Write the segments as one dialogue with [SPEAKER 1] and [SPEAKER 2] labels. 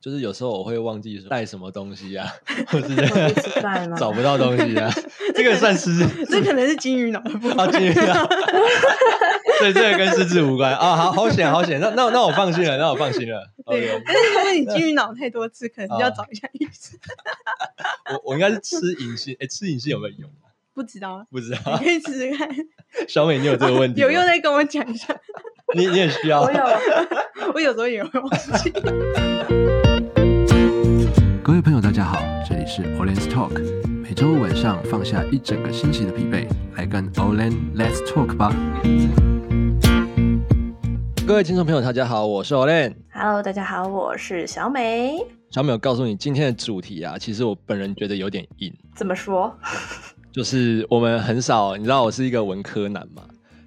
[SPEAKER 1] 就是有时候我会忘记说带什么东西啊，或是
[SPEAKER 2] 忘记吃饭了
[SPEAKER 1] 找不到东西啊，这个算失智
[SPEAKER 2] 这可能是金鱼脑 的部分。
[SPEAKER 1] 啊，金鱼脑，所以这个跟失智无关啊。好好险，好险，那那那我放心了，那我放心了。
[SPEAKER 2] 对
[SPEAKER 1] OK，，
[SPEAKER 2] 但是如果你金鱼脑太多次，可能要
[SPEAKER 1] 啊
[SPEAKER 2] 找一下医生。
[SPEAKER 1] 我我应该是吃银杏，哎，吃银杏有没有用啊？
[SPEAKER 2] 不知 道，
[SPEAKER 1] 不知
[SPEAKER 2] 你
[SPEAKER 1] 道，
[SPEAKER 2] 可以试试 看。
[SPEAKER 1] 小美，你有这个问题？
[SPEAKER 2] 有用，再跟我讲一下，
[SPEAKER 1] 你你也需要
[SPEAKER 3] 我。有，
[SPEAKER 2] 我有时候也会忘记。
[SPEAKER 4] 各位朋友，大家好，这里是 Olen's Talk，每周五晚上放下一整个星期的疲惫，来跟 Olen Let's Talk 吧。
[SPEAKER 1] 各位听众朋友，大家好，我是 Olen。
[SPEAKER 3] Hello，大家好，我是小美。
[SPEAKER 1] 小美，我告诉你今天的主题啊，其实我本人觉得有点硬，
[SPEAKER 3] 怎么说
[SPEAKER 1] 就是我们很少，你知道我是一个文科男嘛，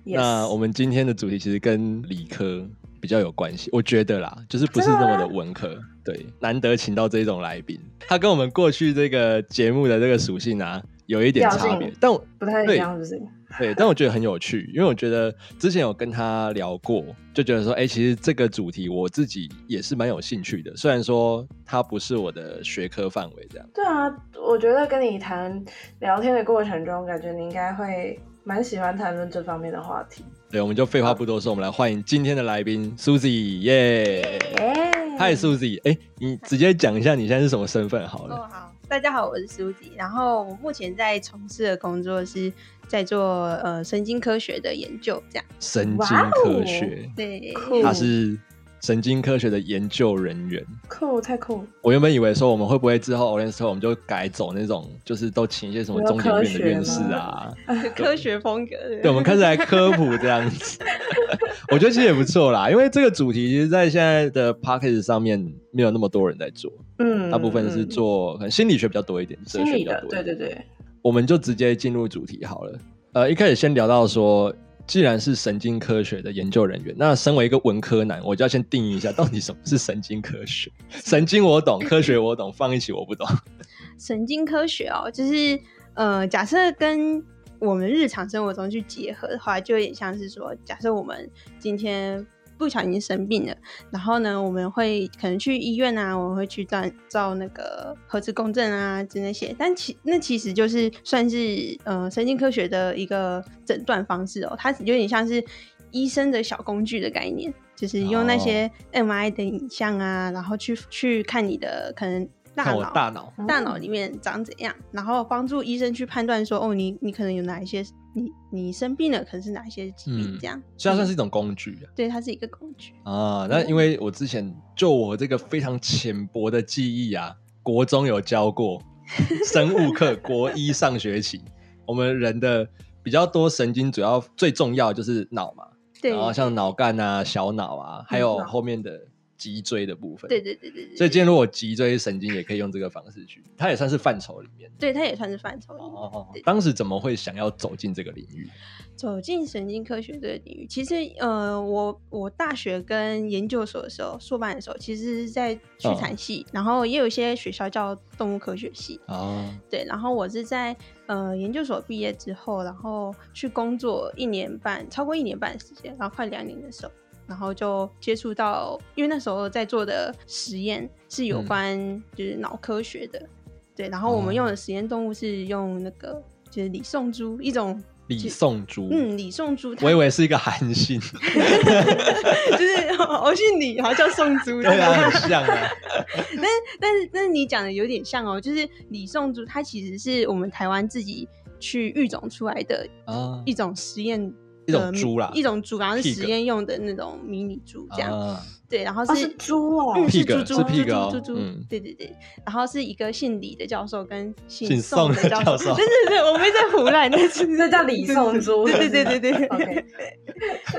[SPEAKER 3] ？Yes，
[SPEAKER 1] 那我们今天的主题其实跟理科比较有关系，我觉得啦，就是不是
[SPEAKER 3] 真
[SPEAKER 1] 那
[SPEAKER 3] 的
[SPEAKER 1] 么
[SPEAKER 3] 吗
[SPEAKER 1] 的文科。对，难得请到这种来宾，他跟我们过去这个节目的这个属性啊，有一点
[SPEAKER 3] 调
[SPEAKER 1] 差
[SPEAKER 3] 性
[SPEAKER 1] 别，但我
[SPEAKER 3] 不太一
[SPEAKER 1] 对
[SPEAKER 3] 样，是不是？
[SPEAKER 1] 对，但我觉得很有趣，因为我觉得之前有跟他聊过，就觉得说，哎、其实这个主题我自己也是蛮有兴趣的，虽然说它不是我的学科范围这样。
[SPEAKER 3] 对啊，我觉得跟你谈聊天的过程中，感觉你应该会蛮喜欢谈论这方面的话题。
[SPEAKER 1] 对，我们就废话不多说，我们来欢迎今天的来宾 Susie，耶、
[SPEAKER 3] 耶，
[SPEAKER 1] 嗨 Susie，哎、你直接讲一下你现在是什么身份好了。
[SPEAKER 2] 哦，好，大家好，我是苏迪。然后我目前在从事的工作是在做呃神经科学的研究，这样。
[SPEAKER 1] 神
[SPEAKER 3] 哇
[SPEAKER 1] 经
[SPEAKER 3] 哦
[SPEAKER 1] 科学，
[SPEAKER 2] 对，
[SPEAKER 3] 酷，
[SPEAKER 1] 他是神经科学的研究人员。
[SPEAKER 3] 酷，太酷，
[SPEAKER 1] 我原本以为说我们会不会之后 Orange 我们就改走那种，就是都请一些什么中研院的院士啊，
[SPEAKER 2] 科学风格。
[SPEAKER 1] 对，我们开始来科普这样 子。我觉得其实也不错啦，因为这个主题其实，在现在的 p o c k e t 上面没有那么多人在做，
[SPEAKER 3] 嗯，
[SPEAKER 1] 大部分是
[SPEAKER 3] 嗯
[SPEAKER 1] 做可能心理学比较多一点，哲
[SPEAKER 3] 心
[SPEAKER 1] 学比
[SPEAKER 3] 理
[SPEAKER 1] 较
[SPEAKER 3] 的，
[SPEAKER 1] 多一
[SPEAKER 3] 对
[SPEAKER 1] 点。
[SPEAKER 3] 对对，
[SPEAKER 1] 我们就直接进入主题好了。呃，一开始先聊到说，既然是神经科学的研究人员，那身为一个文科男，我就要先定义一下，到底什么是神经科学？ 神经我懂，科学我懂，放一起我不懂。
[SPEAKER 2] 神经科学哦，就是呃，假设跟我们日常生活中去结合的话，就有点像是说，假设我们今天不小心生病了，然后呢，我们会可能去医院啊，我们会去照照那个核磁共振啊，就那些，但其那其实就是算是呃神经科学的一个诊断方式哦，它有点像是医生的小工具的概念。就是用那
[SPEAKER 1] 哦
[SPEAKER 2] 些 M I 的影像啊，然后去去看你的可能大
[SPEAKER 1] 看我
[SPEAKER 2] 脑啊
[SPEAKER 1] 大脑，
[SPEAKER 3] 哦
[SPEAKER 2] 大脑里面长怎样，然后帮助医生去判断说，哦，你你可能有哪一些，你你生病了，可能是哪一些疾病
[SPEAKER 1] 嗯
[SPEAKER 2] 这样。
[SPEAKER 1] 所以它算是一种工具啊。
[SPEAKER 2] 对，它是一个工具。
[SPEAKER 1] 啊，那因为我之前就我这个非常浅薄的记忆啊，国中有教 过生物课，国一上学期，我们人的比较多神经，主要最重要就是脑嘛，
[SPEAKER 2] 对，嗯
[SPEAKER 1] 然后像脑干啊、小脑啊，还有
[SPEAKER 3] 脑
[SPEAKER 1] 后面的脊椎的部分。
[SPEAKER 2] 对对对对对，
[SPEAKER 1] 所以今天如果脊椎神经也可以用这个方式去，它也算是范畴里面。
[SPEAKER 2] 对它也算是范畴里面。
[SPEAKER 1] 哦
[SPEAKER 2] 对，
[SPEAKER 1] 当时怎么会想要走进这个领域？
[SPEAKER 2] 走进神经科学这个领域，其实呃，我我大学跟研究所的时候，硕班的时候，其实是在
[SPEAKER 1] 嗯
[SPEAKER 2] 畜产系，然后也有一些学校叫动物科学系。
[SPEAKER 1] 哦，
[SPEAKER 2] 对，然后我是在呃研究所毕业之后，然后去工作一年半，超过一年半的时间，然后快两年的时候，然后就接触到，因为那时候在做的实验是有
[SPEAKER 1] 嗯
[SPEAKER 2] 关就是脑科学的，对，然后我们
[SPEAKER 1] 哦
[SPEAKER 2] 用的实验动物是用那个就是李宋珠一种，
[SPEAKER 1] 李宋珠，
[SPEAKER 2] 嗯，李宋珠它，
[SPEAKER 1] 我以为是一个韩信，
[SPEAKER 2] 就是 我姓李，然后叫宋 珠，
[SPEAKER 1] 对啊，很像啊。
[SPEAKER 2] 但是但是但是你讲的有点像哦，就是李宋珠它其实是我们台湾自己去育种出来的
[SPEAKER 1] 啊
[SPEAKER 2] 一种实验
[SPEAKER 1] 一种
[SPEAKER 2] 的
[SPEAKER 1] 猪啦
[SPEAKER 2] 一种猪，然后是
[SPEAKER 1] pig
[SPEAKER 2] 实验用的那种迷你猪这样，
[SPEAKER 1] 啊
[SPEAKER 2] 对，然后
[SPEAKER 3] 哦
[SPEAKER 2] 是。
[SPEAKER 3] 是猪哦
[SPEAKER 2] 嗯，是
[SPEAKER 1] pig，
[SPEAKER 2] 猪
[SPEAKER 1] 是
[SPEAKER 2] 猪猪
[SPEAKER 1] pig 哦
[SPEAKER 2] 猪猪猪
[SPEAKER 1] 嗯，
[SPEAKER 2] 对对对，然后是一个姓李的教授跟姓
[SPEAKER 1] 姓
[SPEAKER 2] 宋
[SPEAKER 1] 宋
[SPEAKER 2] 的
[SPEAKER 1] 的
[SPEAKER 2] 教
[SPEAKER 1] 教
[SPEAKER 2] 授，
[SPEAKER 1] 授
[SPEAKER 2] 对对对，我没在胡乱，那 是
[SPEAKER 3] 这叫李宋珠
[SPEAKER 2] 对
[SPEAKER 3] 是不
[SPEAKER 2] 对
[SPEAKER 3] 是
[SPEAKER 2] 对对对
[SPEAKER 3] 嗯 OK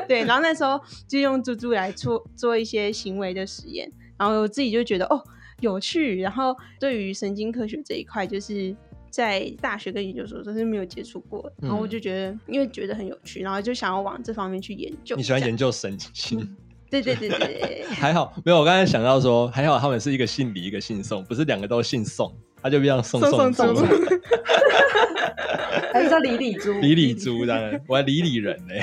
[SPEAKER 2] 对，然后那时候就用猪猪来做做一些行为的实验，然后我自己就觉得哦有趣，然后对于神经科学这一块，就是在大学跟研究所都是没有接触过的，然后我
[SPEAKER 1] 嗯
[SPEAKER 2] 就觉得因为觉得很有趣，然后就想要往这方面去研究。
[SPEAKER 1] 你喜欢
[SPEAKER 2] 这样？
[SPEAKER 1] 研究神
[SPEAKER 2] 嗯
[SPEAKER 1] 经？
[SPEAKER 2] 对对对对对对
[SPEAKER 1] 还好没有，我刚才想到说，还好他们是一个姓李，一个姓宋，不是两个都姓宋，他就变成宋
[SPEAKER 2] 宋
[SPEAKER 1] 珠
[SPEAKER 2] 宋
[SPEAKER 1] 了。
[SPEAKER 3] 还是叫李李猪，
[SPEAKER 1] 李李猪当然，我还李李人呢、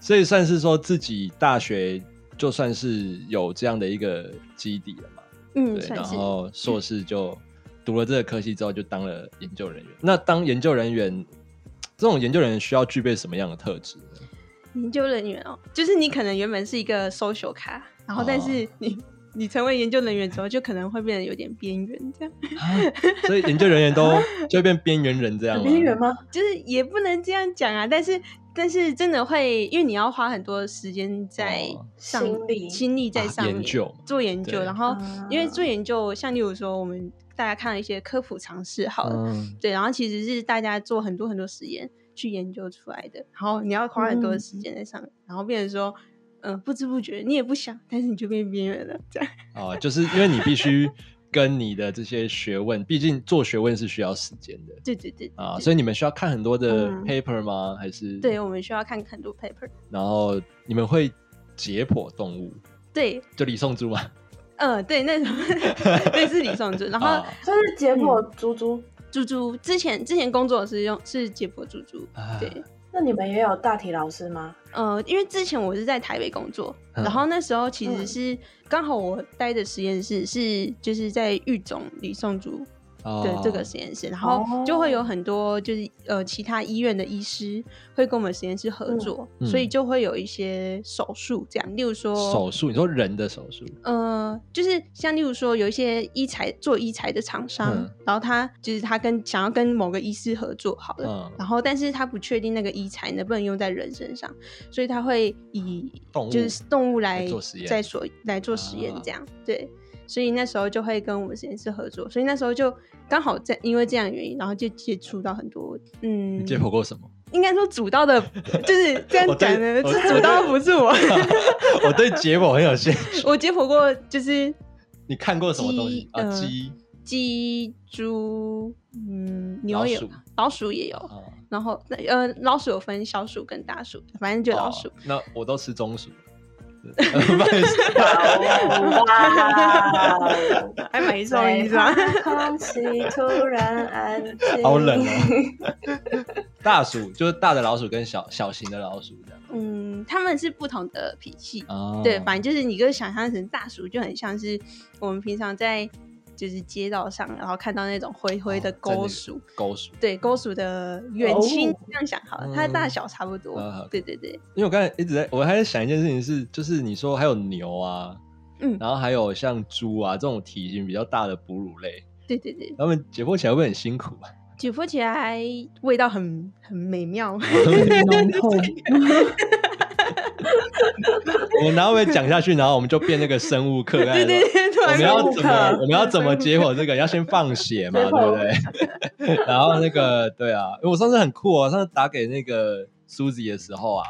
[SPEAKER 1] 所以算是说自己大学就算是有这样的一个基底了嘛。
[SPEAKER 2] 嗯，
[SPEAKER 1] 对，
[SPEAKER 2] 算
[SPEAKER 1] 然
[SPEAKER 2] 是
[SPEAKER 1] 后硕士就读了这个科系之后，就当了研究人员。那当研究人员，这种研究人员需要具备什么样的特质呢？
[SPEAKER 2] 研究人员哦，就是你可能原本是一个 social 卡，然后
[SPEAKER 1] 哦
[SPEAKER 2] 但是你、你成为研究人员之后，就可能会变得有点边缘，这样
[SPEAKER 1] 啊所以研究人员都就会变边缘人这样
[SPEAKER 3] 有
[SPEAKER 1] 吗？
[SPEAKER 3] 边缘吗？
[SPEAKER 2] 就是也不能这样讲啊，但是但是真的会，因为你要花很多时间在
[SPEAKER 1] 哦
[SPEAKER 2] 上、
[SPEAKER 3] 心力
[SPEAKER 2] 心力在
[SPEAKER 1] 啊
[SPEAKER 2] 上面、
[SPEAKER 1] 研究
[SPEAKER 2] 做研究，
[SPEAKER 1] 对
[SPEAKER 2] 然后
[SPEAKER 3] 啊
[SPEAKER 2] 因为做研究，像例如说我们大家看了一些科普常识好了，
[SPEAKER 1] 嗯，
[SPEAKER 2] 对，然后其实是大家做很多很多实验去研究出来的，然后你要花很多的时间在上面，然后变成说，嗯、不知不觉你也不想，但是你就变边缘了，这样。
[SPEAKER 1] 啊，就是因为你必须跟你的这些学问，毕竟做学问是需要时间的
[SPEAKER 2] 对对对
[SPEAKER 1] 啊，
[SPEAKER 2] 对
[SPEAKER 1] 所以你们需要看很多的
[SPEAKER 3] 嗯
[SPEAKER 1] paper 吗？还是
[SPEAKER 2] 对，我们需要看很多 paper。
[SPEAKER 1] 然后你们会解剖动物，
[SPEAKER 2] 对，
[SPEAKER 1] 就李宋珠嘛，
[SPEAKER 2] 呃，对，那 对是李宋珠，然后
[SPEAKER 1] 啊
[SPEAKER 3] 就是结果
[SPEAKER 2] 嗯
[SPEAKER 3] 猪猪，
[SPEAKER 2] 猪猪之前之前工作是用是解剖猪猪，
[SPEAKER 1] 啊
[SPEAKER 2] 对，
[SPEAKER 3] 那你们也有大体老师 吗？
[SPEAKER 2] 呃，因为之前我是在台北工作，
[SPEAKER 1] 嗯
[SPEAKER 2] 然后那时候其实
[SPEAKER 3] 嗯
[SPEAKER 2] 是刚好我待的实验室是就是在育种李宋珠
[SPEAKER 1] 哦
[SPEAKER 2] 的这个实验室，然后就会有很多就是呃其他医院的医师会跟我们实验室合作，
[SPEAKER 1] 嗯嗯
[SPEAKER 2] 所以就会有一些手术这样，例如说
[SPEAKER 1] 手术，你说人的手术，
[SPEAKER 2] 呃，就是像例如说有一些医材做医材的厂商，
[SPEAKER 1] 嗯
[SPEAKER 2] 然后他就是他跟想要跟某个医师合作好了，
[SPEAKER 1] 嗯
[SPEAKER 2] 然后但是他不确定那个医材能不能用在人身上，所以他会以
[SPEAKER 1] 动物
[SPEAKER 2] 就是动物来
[SPEAKER 1] 来做实验
[SPEAKER 2] 在所来做实验
[SPEAKER 1] 啊
[SPEAKER 2] 这样、对。所以那时候就会跟我们实验室合作，所以那时候就刚好在因为这样的原因，然后就接触到很多嗯
[SPEAKER 1] 你，解剖过什么？
[SPEAKER 2] 应该说主刀的，就是这样
[SPEAKER 1] 我对
[SPEAKER 2] 讲的，
[SPEAKER 1] 我
[SPEAKER 2] 是主刀不是我，
[SPEAKER 1] 我对解剖很有兴趣。
[SPEAKER 2] 我解剖过就是
[SPEAKER 1] 你看过什么东西
[SPEAKER 2] 鸡
[SPEAKER 1] 啊？
[SPEAKER 2] 呃
[SPEAKER 1] 鸡
[SPEAKER 2] 鸡、猪，嗯，牛
[SPEAKER 1] 老
[SPEAKER 2] 也
[SPEAKER 1] 鼠
[SPEAKER 2] 有，老鼠也有，
[SPEAKER 1] 啊，
[SPEAKER 2] 然后呃，老鼠有分小鼠跟大鼠，反正就老鼠
[SPEAKER 1] 哦。那我都吃中鼠。不好意思
[SPEAKER 2] 哦
[SPEAKER 3] 哇！
[SPEAKER 2] 还买 一送一是啊吧？
[SPEAKER 3] 空气突然安静，
[SPEAKER 1] 好冷 哦。大鼠就是大的老鼠跟小小型的老鼠这样。
[SPEAKER 2] 嗯，他们是不同的脾气，
[SPEAKER 1] 哦
[SPEAKER 2] 对，反正就是你就想象成大鼠就很像是我们平常在就是街道上，然后看到那种灰灰的
[SPEAKER 1] 哦真
[SPEAKER 2] 沟鼠，
[SPEAKER 1] 狗鼠。
[SPEAKER 2] 对，沟鼠的远亲、
[SPEAKER 3] 哦
[SPEAKER 2] 这样想好了，它的大
[SPEAKER 1] 嗯
[SPEAKER 2] 小差不多，
[SPEAKER 1] 啊
[SPEAKER 2] 对对对，
[SPEAKER 1] 因为我刚才一直在，我还在想一件事情是，就是你说还有牛啊，
[SPEAKER 2] 嗯，
[SPEAKER 1] 然后还有像猪啊这种体型比较大的哺乳类，
[SPEAKER 2] 对对对，
[SPEAKER 1] 它们解剖起来会不会很辛苦 啊？
[SPEAKER 2] 解剖起来味道很很美妙。
[SPEAKER 3] 浓厚。
[SPEAKER 1] 我们然后会讲下去，然后我们就变那个生物课，
[SPEAKER 2] 对对对，突
[SPEAKER 1] 我
[SPEAKER 2] 然
[SPEAKER 1] 们要
[SPEAKER 2] 变
[SPEAKER 1] 怎么
[SPEAKER 3] 生物课
[SPEAKER 1] 我们要怎么解剖这个？要先放血 嘛，
[SPEAKER 3] 解
[SPEAKER 1] 对
[SPEAKER 3] 剖
[SPEAKER 1] 不对？ 然后那个对啊，因为我上次很酷哦，上次打给那个 Suzy 的时候啊，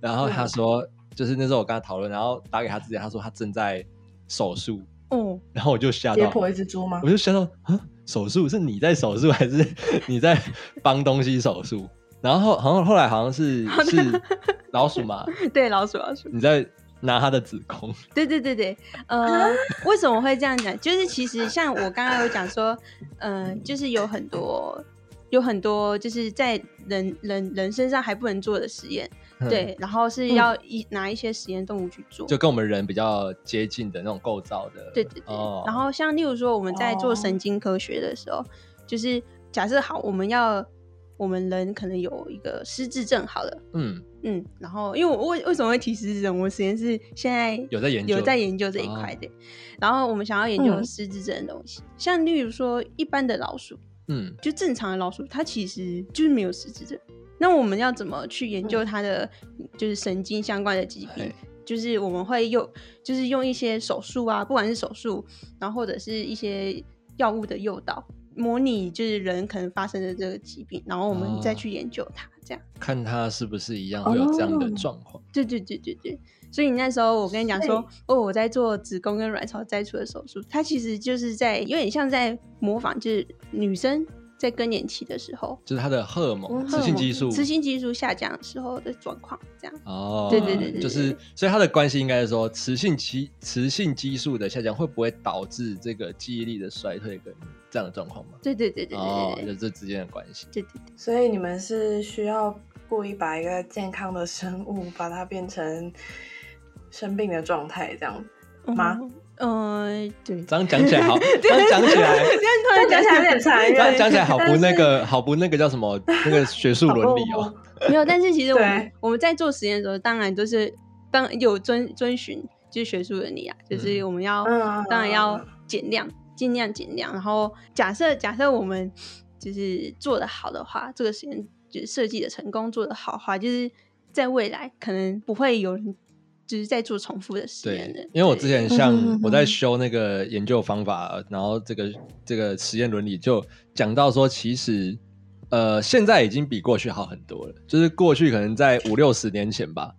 [SPEAKER 1] 然后他说，就是那时候我跟他讨论，然后打给他之前，他说他正在手术，
[SPEAKER 2] 哦，
[SPEAKER 1] 然后我就吓
[SPEAKER 3] 解
[SPEAKER 1] 到，
[SPEAKER 3] 剖一只猪吗
[SPEAKER 1] 我？就吓到啊，手术是你在手术还是 你在帮东西手术？然后好像后来好像 是是老鼠嘛，
[SPEAKER 2] 对，老鼠老鼠，
[SPEAKER 1] 你在拿它的子宫，
[SPEAKER 2] 对对对对，
[SPEAKER 1] 啊
[SPEAKER 2] 呃，为什么会这样讲？就是其实像我刚刚有讲说，呃，就是有很多有很多就是在人人人身上还不能做的实验， 对，然后是要一、拿一些实验动物去做，
[SPEAKER 1] 嗯就跟我们人比较接近的那种构造的，
[SPEAKER 2] 对对对。
[SPEAKER 1] 哦
[SPEAKER 2] 然后像例如说我们在做
[SPEAKER 3] 哦
[SPEAKER 2] 神经科学的时候，就是假设好我们要我们人可能有一个失智症好了。
[SPEAKER 1] 嗯，
[SPEAKER 2] 嗯，然后因为我为为什么会提失智症？我们实验室现在
[SPEAKER 1] 有在研究，哦
[SPEAKER 2] 有在研究这一块的，然后我们想要研究失智症的东西，像例如说一般的老鼠，
[SPEAKER 1] 嗯，
[SPEAKER 2] 就正常的老鼠，它其实就是没有失智症。那我们要怎么去研究它的就是神经相关的疾病
[SPEAKER 1] 嘿？
[SPEAKER 2] 就是我们会用，就是用一些手术啊，不管是手术，然后或者是一些药物的诱导，模拟就是人可能发生的这个疾病，然后我们再
[SPEAKER 1] 哦
[SPEAKER 2] 去研究它，这样。
[SPEAKER 1] 看它是不是一样会有这
[SPEAKER 2] 哦
[SPEAKER 1] 样的状况。
[SPEAKER 2] 对对对对对，所以你那时候我跟你讲说，哦，我在做子宫跟卵巢摘除的手术，它其实就是在有点像在模仿，就是女生在更年期的时候，
[SPEAKER 1] 就是它的荷尔蒙、
[SPEAKER 3] 嗯
[SPEAKER 1] 雌性激素，
[SPEAKER 2] 哦雌性激素下降的时候的状况，这样。
[SPEAKER 1] 哦，
[SPEAKER 2] 对对对对对
[SPEAKER 1] 就是所以它的关系应该是说，雌性激雌性激素的下降会不会导致这个记忆力的衰退跟这样的状况吗？
[SPEAKER 2] 对对对对
[SPEAKER 1] 哦，
[SPEAKER 2] 对
[SPEAKER 1] 就
[SPEAKER 2] 对
[SPEAKER 1] 这之间的关系。
[SPEAKER 2] 对对对，
[SPEAKER 3] 所以你们是需要故意把一个健康的生物，把它变成生病的状态，这样吗？
[SPEAKER 2] 嗯、呃，对，
[SPEAKER 1] 这样讲起来 好，这样讲起来，
[SPEAKER 2] 突
[SPEAKER 3] 但
[SPEAKER 2] 然
[SPEAKER 3] 讲起来有点残
[SPEAKER 1] 这样
[SPEAKER 3] 忍。
[SPEAKER 1] 讲起来好不
[SPEAKER 3] 但是
[SPEAKER 1] 那个，好不那个叫什么那个学术
[SPEAKER 3] 好不
[SPEAKER 1] 伦理哦。
[SPEAKER 2] 没有，但是其实我们
[SPEAKER 3] 对
[SPEAKER 2] 我们在做实验的时候，当然就是当有遵遵循就是学术伦理啊，就是我们要、
[SPEAKER 3] 嗯
[SPEAKER 2] 当然要减量，尽量减量。然后假设假设我们就是做的好的话，这个实验就是设计的成功，做的好的话，就是在未来可能不会有人就是在做重复的实验的
[SPEAKER 1] 对，。因为我
[SPEAKER 2] 对
[SPEAKER 1] 之前像
[SPEAKER 3] 嗯嗯嗯
[SPEAKER 1] 我在修那个研究方法，然后这个这个实验伦理就讲到说，其实呃现在已经比过去好很多了，就是过去可能在五六十年前吧，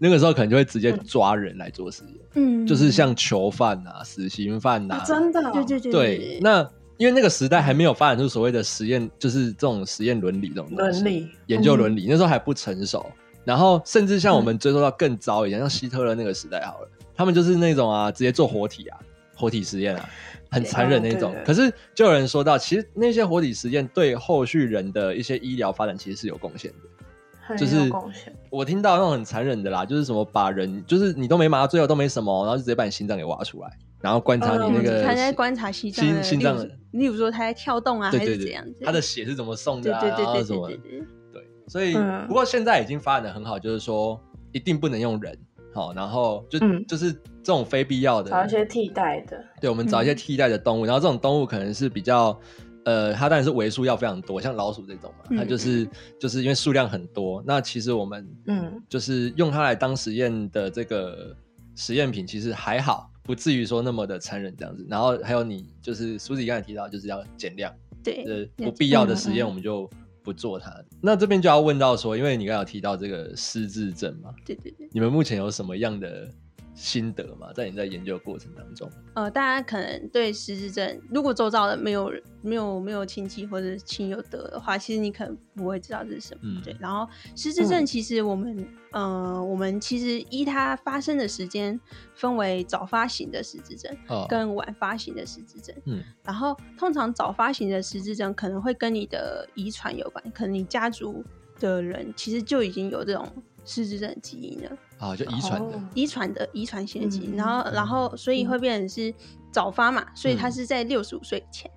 [SPEAKER 1] 那个时候可能就会直接抓人来做实验，
[SPEAKER 2] 嗯，
[SPEAKER 1] 就是像囚犯啊、死刑犯啊，
[SPEAKER 3] 啊真的哦，
[SPEAKER 2] 对对对
[SPEAKER 1] 对，那。因为那个时代还没有发展出所谓的实验，就是这种实验伦理这种东西
[SPEAKER 3] 伦理，嗯
[SPEAKER 1] 研究伦理，那时候还不成熟。然后甚至像我们追溯到更早以前，像希特勒那个时代好了，他们就是那种啊，直接做活体啊，活体实验啊，很残忍那种
[SPEAKER 3] 对。
[SPEAKER 1] 可是就有人说到，其实那些活体实验对后续人的一些医疗发展其实是有贡献的。
[SPEAKER 3] 很
[SPEAKER 1] 就是
[SPEAKER 3] 有贡献。
[SPEAKER 1] 我听到那种很残忍的啦，就是什么把人，就是你都没麻醉哦，都没什么，然后就直接把你心脏给挖出来，然后观察你
[SPEAKER 3] 嗯
[SPEAKER 1] 那个
[SPEAKER 2] 他在观察心脏
[SPEAKER 1] 心
[SPEAKER 2] 的
[SPEAKER 1] 心脏的
[SPEAKER 2] 例如例如说他在跳动啊，
[SPEAKER 1] 对
[SPEAKER 2] 还
[SPEAKER 1] 对
[SPEAKER 2] 是怎
[SPEAKER 1] 对
[SPEAKER 2] 样子，，
[SPEAKER 1] 他的血是怎么送
[SPEAKER 2] 对
[SPEAKER 1] 的啊，
[SPEAKER 2] 对对
[SPEAKER 1] 然后
[SPEAKER 2] 对
[SPEAKER 1] 什么
[SPEAKER 2] 对对对，
[SPEAKER 1] 对，所以、
[SPEAKER 3] 嗯
[SPEAKER 1] 不过现在已经发展的很好，就是说一定不能用人，好，然后就、
[SPEAKER 3] 嗯
[SPEAKER 1] 就是这种非必要
[SPEAKER 3] 找
[SPEAKER 1] 的
[SPEAKER 3] 一，些替代的，
[SPEAKER 1] 对，我们找一
[SPEAKER 2] 嗯
[SPEAKER 1] 些替代的动物，然后这种动物可能是比较。呃，它当然是为数要非常多，像老鼠这种嘛，
[SPEAKER 2] 嗯
[SPEAKER 1] 它就是、就是因为数量很多。那其实我们
[SPEAKER 3] 嗯，
[SPEAKER 1] 就是用它来当实验的这个实验品，其实还好，不至于说那么的残忍这样子。然后还有你就是苏子刚才提到，就是要减量，
[SPEAKER 2] 对
[SPEAKER 1] 呃，
[SPEAKER 2] 解
[SPEAKER 1] 不必要的
[SPEAKER 3] 嗯
[SPEAKER 1] 实
[SPEAKER 3] 嗯
[SPEAKER 1] 验
[SPEAKER 3] 嗯
[SPEAKER 1] 我们就不做它。那这边就要问到说，因为你刚才有提到这个失智症嘛，
[SPEAKER 2] 对对对，
[SPEAKER 1] 你们目前有什么样的心得吗？在你在研究过程当中，
[SPEAKER 2] 呃，大家可能对失智症，如果周遭的没有人没有没有亲戚或者亲友得的话，其实你可能不会知道这是什么。
[SPEAKER 1] 嗯
[SPEAKER 2] 对，然后失智症其实我们，呃，我们其实依它发生的时间分为早发型的失智症
[SPEAKER 1] 哦，
[SPEAKER 2] 跟晚发型的失智症。
[SPEAKER 1] 嗯，
[SPEAKER 2] 然后通常早发型的失智症可能会跟你的遗传有关，可能你家族的人其实就已经有这种失智症的基因了。
[SPEAKER 1] 啊，就遗传的，
[SPEAKER 3] 哦
[SPEAKER 2] 遗传的遗传性的基因，
[SPEAKER 3] 嗯
[SPEAKER 2] 然后然后所以会变成是早发嘛，所以他
[SPEAKER 1] 嗯
[SPEAKER 2] 是在六十五岁以前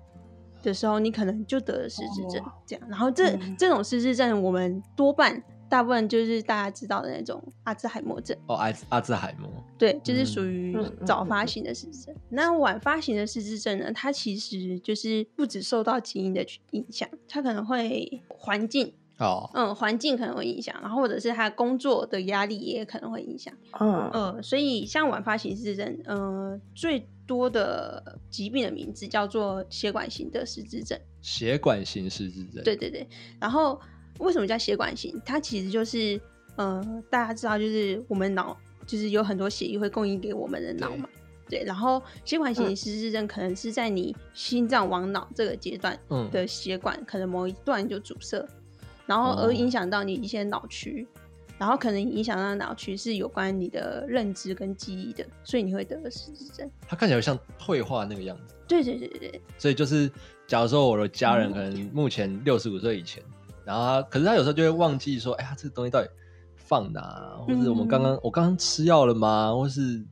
[SPEAKER 2] 的时候，你可能就得了失智症
[SPEAKER 3] 哦
[SPEAKER 2] 这样。然后这、
[SPEAKER 3] 嗯
[SPEAKER 2] 这种失智症，我们多半大部分就是大家知道的那种阿兹海默症，
[SPEAKER 1] 哦，阿兹阿兹海默，
[SPEAKER 2] 对，就是
[SPEAKER 1] 嗯
[SPEAKER 2] 属于
[SPEAKER 3] 嗯嗯
[SPEAKER 2] 早发型的失智症。那晚发型的失智症呢，它其实就是不只受到基因的影响，它可能会环境，
[SPEAKER 1] 哦，
[SPEAKER 2] 嗯，环境可能会影响，然后或者是他工作的压力也可能会影响。
[SPEAKER 3] 嗯，
[SPEAKER 2] 呃，所以像晚发型失智症，呃，最多的疾病的名字叫做血管型的失智症。
[SPEAKER 1] 血管型失智症，
[SPEAKER 2] 对，对对，然后为什么叫血管型？它其实就是，呃，大家知道就是我们脑就是有很多血液会供应给我们的脑嘛。对，然后血管型
[SPEAKER 3] 嗯
[SPEAKER 2] 失智症可能是在你心脏往脑这个阶段
[SPEAKER 1] 嗯，
[SPEAKER 2] 的血管，可能某一段就阻塞，然后而影响到你一些脑区，然后可能影响到脑区是有关你的认知跟记忆的，所以你会得失智症。
[SPEAKER 1] 它看起来像退化那个样子，
[SPEAKER 2] 对对对对对，
[SPEAKER 1] 所以就是假如说我的家
[SPEAKER 2] 嗯
[SPEAKER 1] 人可能目前六十五岁以前，然后他可是他有时候就会忘记说，哎呀，这个东西到底放哪、啊或是我们刚刚、
[SPEAKER 2] 嗯
[SPEAKER 1] 我刚刚吃药了吗？或是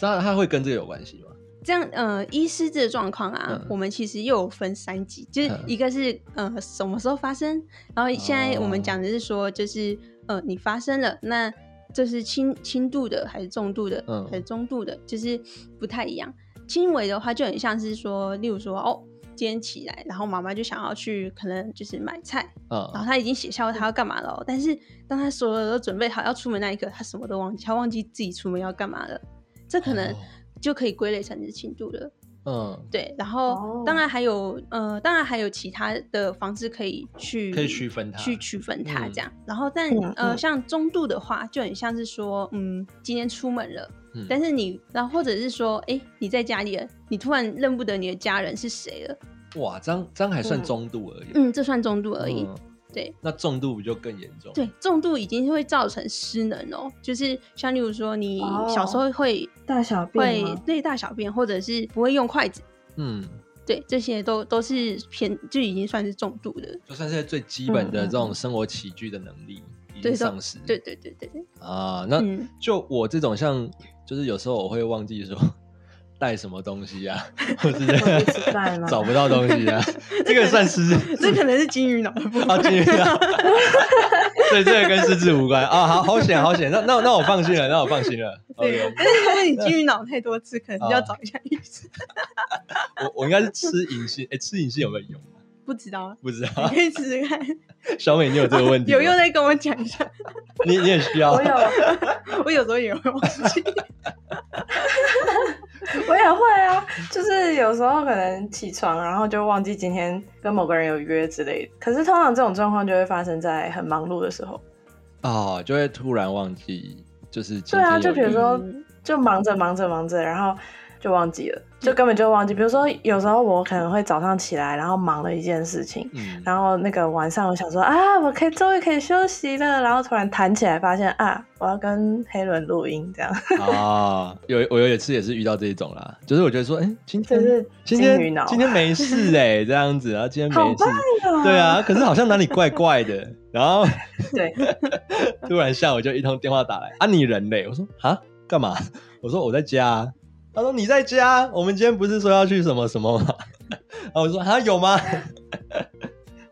[SPEAKER 1] 他他会跟这个有关系吗？
[SPEAKER 2] 这样呃，医师这个状况啊，
[SPEAKER 1] 嗯
[SPEAKER 2] 我们其实又有分三级，就是
[SPEAKER 1] 嗯
[SPEAKER 2] 一个是呃什么时候发生，然后现在我们讲的是说就是呃你发生了那。这是轻轻度的还是重度的，
[SPEAKER 1] 嗯
[SPEAKER 2] 还是中度的，就是不太一样。轻微的话就很像是说，例如说哦，今天起来，然后妈妈就想要去可能就是买菜，然
[SPEAKER 1] 嗯，
[SPEAKER 2] 后他已经写下他要干嘛了哦、但是当他所有都准备好要出门那一刻，他什么都忘记，他忘记自己出门要干嘛了。这可能
[SPEAKER 1] 哦
[SPEAKER 2] 就可以归类成是轻度了，
[SPEAKER 1] 嗯，
[SPEAKER 2] 对。然后、
[SPEAKER 3] 哦
[SPEAKER 2] 当然还有呃，当然还有其他的方式可以去
[SPEAKER 1] 可以区分它
[SPEAKER 2] 去区分它
[SPEAKER 1] 嗯
[SPEAKER 2] 这样。然后但
[SPEAKER 3] 嗯
[SPEAKER 2] 呃，
[SPEAKER 3] 嗯
[SPEAKER 2] 像中度的话，就很像是说，嗯，今天出门了，
[SPEAKER 1] 嗯
[SPEAKER 2] 但是你然后或者是说，哎、你在家里了，你突然认不得你的家人是谁了，
[SPEAKER 1] 哇，这样这样还算
[SPEAKER 3] 嗯
[SPEAKER 1] 中度而已，
[SPEAKER 2] 嗯，这算中度而已，
[SPEAKER 1] 嗯
[SPEAKER 2] 对。
[SPEAKER 1] 那重度不就更严重？
[SPEAKER 2] 对，重度已经会造成失能哦，就是像例如说你
[SPEAKER 3] 哦
[SPEAKER 2] 小时候会、
[SPEAKER 3] 大小
[SPEAKER 2] 会
[SPEAKER 3] 便吗？
[SPEAKER 2] 对大小便，或者是不会用筷子，
[SPEAKER 1] 嗯，
[SPEAKER 2] 对，这些都都是偏就已经算是重度的。
[SPEAKER 1] 就算是最基本的
[SPEAKER 3] 嗯
[SPEAKER 1] 这
[SPEAKER 3] 嗯
[SPEAKER 1] 种生活起居的能力已经
[SPEAKER 2] 对
[SPEAKER 1] 丧失。
[SPEAKER 2] 对对对对对，
[SPEAKER 1] 啊，那
[SPEAKER 2] 嗯
[SPEAKER 1] 就我这种像，就是有时候我会忘记说， 带什么东西啊，或 是
[SPEAKER 3] 或是吃饭 吗
[SPEAKER 1] 找不到东西啊， 这个算失智
[SPEAKER 2] 这可能是金鱼脑的部分。
[SPEAKER 1] 啊，金鱼脑，所以这个跟失智无关啊。好好险，好险，那那那我放心了，那我放心 了。
[SPEAKER 2] 对
[SPEAKER 1] OK，，
[SPEAKER 2] 但是如果你金鱼脑太多次，可
[SPEAKER 1] 哦
[SPEAKER 2] 能要找一下医生。
[SPEAKER 1] 我我应该是吃隐性，哎，吃隐性有没有用？
[SPEAKER 2] 不 知道，啊
[SPEAKER 1] 不知
[SPEAKER 2] 你
[SPEAKER 1] 道，
[SPEAKER 2] 可以试试看。
[SPEAKER 1] 小美，你有这个问题？
[SPEAKER 2] 有用，再跟我讲一下。
[SPEAKER 1] 你你也需要
[SPEAKER 3] 我。有，
[SPEAKER 2] 我有时候也会忘 记。
[SPEAKER 3] 我也会啊，就是有时候可能起床，然后就忘记今天跟某个人有约之类的。可是通常这种状况就会发生在很忙碌的时候，
[SPEAKER 1] 哦，就会突然忘记，就是今
[SPEAKER 3] 对啊，
[SPEAKER 1] 天
[SPEAKER 3] 就
[SPEAKER 1] 有
[SPEAKER 3] 比如
[SPEAKER 1] 约
[SPEAKER 3] 说就忙着忙着忙着，然后就忘记了，就根本就忘记。比如说有时候我可能会早上起来，然后忙了一件事情，
[SPEAKER 1] 嗯，
[SPEAKER 3] 然后那个晚上我想说啊，我可以终于可以休息了，然后突然弹起来发现啊，我要跟黑伦录音，这样
[SPEAKER 1] 啊，有我有一次也是遇到这一种啦，就是我觉得说，哎、今
[SPEAKER 3] 就
[SPEAKER 1] 天
[SPEAKER 3] 是
[SPEAKER 1] 今
[SPEAKER 3] 金鱼
[SPEAKER 1] 天
[SPEAKER 3] 脑，
[SPEAKER 1] 今天没 事哎、这样子，然后今天
[SPEAKER 3] 好
[SPEAKER 1] 没事
[SPEAKER 3] 棒，啊，
[SPEAKER 1] 对，啊，可是好像哪里怪怪的，然后
[SPEAKER 3] 对，
[SPEAKER 1] 突然下午就一通电话打来，啊，你人嘞？我说啊，干嘛？我说我在家、啊。他说你在家，啊我们今天不是说要去什么什么吗？然后我说啊有吗？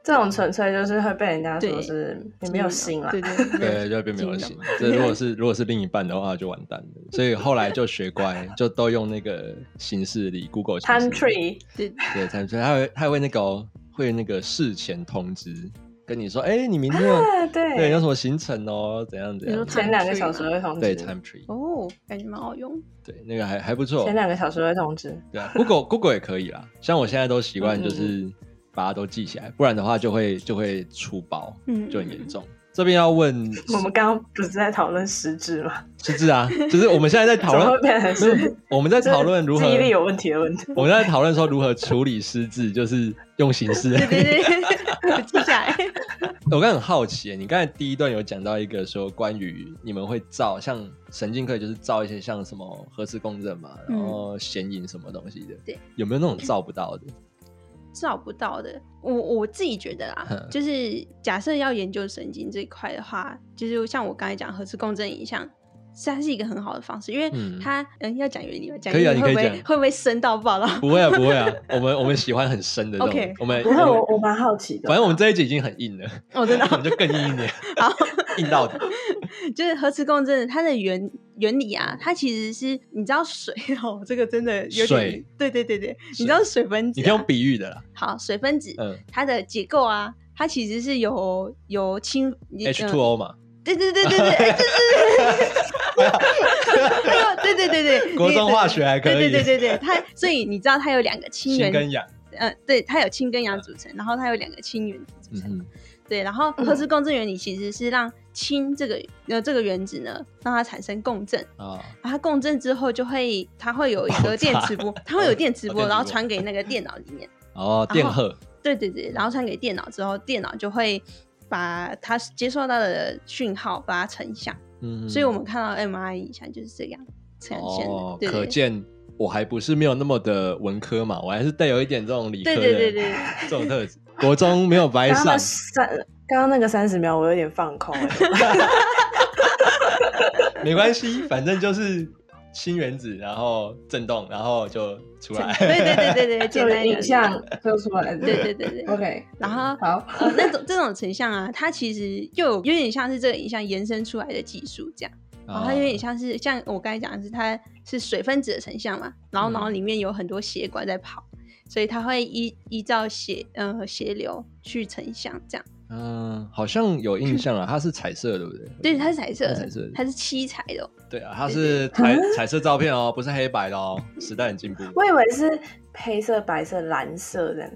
[SPEAKER 3] 这种纯粹就是会被人家说
[SPEAKER 2] 对
[SPEAKER 3] 是你没有心啦
[SPEAKER 2] 对，对对
[SPEAKER 1] 对，就变没有心。这如果是如果是另一半的话，就完蛋了。所以后来就学乖，就都用那个形式里 Google 形式
[SPEAKER 3] Time
[SPEAKER 1] 里
[SPEAKER 3] tree，
[SPEAKER 2] 对
[SPEAKER 1] 对，他所以他会他会那个哦、会那个事前通知，跟你说，哎、你明天有、
[SPEAKER 3] 啊，
[SPEAKER 1] 对有
[SPEAKER 3] 对，
[SPEAKER 1] 什么行程哦，怎样怎
[SPEAKER 2] 你
[SPEAKER 1] 样
[SPEAKER 2] 说
[SPEAKER 1] 怎样。
[SPEAKER 3] 前两个小时会通
[SPEAKER 1] 对
[SPEAKER 3] 知，
[SPEAKER 1] time tree，
[SPEAKER 2] 哦，感觉蛮好用。
[SPEAKER 1] 对那个还还不错
[SPEAKER 3] 前。两个小时会通知，
[SPEAKER 1] 对啊，Google Google 也可以啦。像我现在都习惯
[SPEAKER 3] 嗯嗯
[SPEAKER 1] 就是把它都记起来，不然的话就会就会出包，
[SPEAKER 2] 嗯
[SPEAKER 1] 就很严重。这边要问
[SPEAKER 3] 我们刚刚不是在讨论失智吗？
[SPEAKER 1] 失智啊，就是我们现在在讨
[SPEAKER 3] 怎么会
[SPEAKER 1] 论，
[SPEAKER 3] 变成
[SPEAKER 1] 没
[SPEAKER 3] 是
[SPEAKER 1] 有我们在讨论如何
[SPEAKER 3] 记忆力有问题的问题？
[SPEAKER 1] 我们在讨论说如何处理失智，就是用形式。
[SPEAKER 2] 对对对， 我记下来。
[SPEAKER 1] 我刚才很好奇耶，你刚才第一段有讲到一个说关于你们会照像神经科就是照一些像什么核磁共振嘛，
[SPEAKER 2] 嗯
[SPEAKER 1] 然后显影什么东西的，
[SPEAKER 2] 对，
[SPEAKER 1] 有没有那种照不到的？
[SPEAKER 2] 照不到的。我我自己觉得啦
[SPEAKER 1] 哼，
[SPEAKER 2] 就是假设要研究神经这一块的话，就是像我刚才讲核磁共振影像。它是一个很好的方式，因为
[SPEAKER 1] 嗯
[SPEAKER 2] 它嗯要讲原理吗？讲
[SPEAKER 1] 可以啊
[SPEAKER 2] 原理
[SPEAKER 1] 你可
[SPEAKER 2] 会
[SPEAKER 1] 以
[SPEAKER 2] 不会
[SPEAKER 1] 讲
[SPEAKER 2] 会不会深到爆了？
[SPEAKER 1] 不会啊，不会啊，我们我们喜欢很深的那种
[SPEAKER 2] OK
[SPEAKER 1] 我们
[SPEAKER 3] 不会，我
[SPEAKER 1] 们
[SPEAKER 3] 我蛮好奇的。
[SPEAKER 1] 哎反正我们这一集已经很硬了，
[SPEAKER 2] 哦，真的
[SPEAKER 1] 我
[SPEAKER 2] 哦、
[SPEAKER 1] 们就更硬一点，
[SPEAKER 2] 好，
[SPEAKER 1] 硬到底。
[SPEAKER 2] 就是核磁共振它的原原理啊，它其实是你知道水哦， 这个真的有点
[SPEAKER 1] 水
[SPEAKER 2] 对对对对，你知道水分子、
[SPEAKER 1] 你可
[SPEAKER 2] 啊，
[SPEAKER 1] 以用比喻的啦，
[SPEAKER 2] 好水分子、
[SPEAKER 1] 嗯
[SPEAKER 2] 它的结构啊，它其实是由由氢呃
[SPEAKER 1] ，H2O 嘛，
[SPEAKER 2] 对对对对对，哎对对 对，哎呦对对对对，
[SPEAKER 1] 国中化学还可以
[SPEAKER 2] 对对对对对，它所以你知道它有两个氢
[SPEAKER 1] 氢
[SPEAKER 2] 原，
[SPEAKER 1] 跟氧，
[SPEAKER 2] 呃，对，它有氢跟氧组成，然后它有两个氢原子组
[SPEAKER 1] 嗯
[SPEAKER 2] 成，
[SPEAKER 1] 哼，
[SPEAKER 2] 对，然后核磁共振原理其实是让氢这个呃这个原子呢，让它产生共振，
[SPEAKER 1] 啊，
[SPEAKER 2] 然后它共振之后就会它会有一个电磁波，它会有电
[SPEAKER 1] 哦电磁
[SPEAKER 2] 磁
[SPEAKER 1] 波
[SPEAKER 2] 波，然后传给那个电脑里面。
[SPEAKER 1] 哦，电荷，
[SPEAKER 2] 对对对，然后传给电脑之后，电脑就会把它接收到的讯号把它成像。
[SPEAKER 1] 嗯哼，
[SPEAKER 2] 所以我们看到 MRI 影像就是这样呈现的，
[SPEAKER 1] 哦，
[SPEAKER 2] 对
[SPEAKER 1] 可见我还不是没有那么的文科嘛，我还是带有一点这种理科
[SPEAKER 2] 对
[SPEAKER 1] 的
[SPEAKER 2] 对对对，
[SPEAKER 1] 这种特质。国中没有白
[SPEAKER 3] 刚
[SPEAKER 1] 上
[SPEAKER 3] 刚，三，刚刚那个三十秒我有点放空、 欸，
[SPEAKER 1] 没关系，反正就是氢原子，然后震动，然后就出来。
[SPEAKER 2] 对对对对 对，简
[SPEAKER 3] 就
[SPEAKER 2] 单
[SPEAKER 3] 是
[SPEAKER 2] 一
[SPEAKER 3] 影
[SPEAKER 2] 点
[SPEAKER 3] 像就出来了。
[SPEAKER 2] 对对对对。
[SPEAKER 3] ，OK，
[SPEAKER 2] 然后
[SPEAKER 3] 好，
[SPEAKER 2] 呃，那种这种成像啊，它其实又有有点像是这个影像延伸出来的技术这样，然后它
[SPEAKER 1] 哦
[SPEAKER 2] 哦
[SPEAKER 1] 啊
[SPEAKER 2] 有点像是像我刚才讲的是它是水分子的成像嘛，然后
[SPEAKER 1] 嗯
[SPEAKER 2] 然后里面有很多血管在跑，所以它会依依照血呃血流去成像这样，
[SPEAKER 1] 嗯，好像有印象啊，它是彩色，对不对？
[SPEAKER 2] 对，它是彩色
[SPEAKER 1] 它是
[SPEAKER 2] 的
[SPEAKER 1] 彩色的，
[SPEAKER 2] 它是七彩的哦，
[SPEAKER 1] 对啊，它是彩彩色照片哦，不是黑白的哦，时代很进 步。
[SPEAKER 3] 我以为是黑色、白色、蓝色的，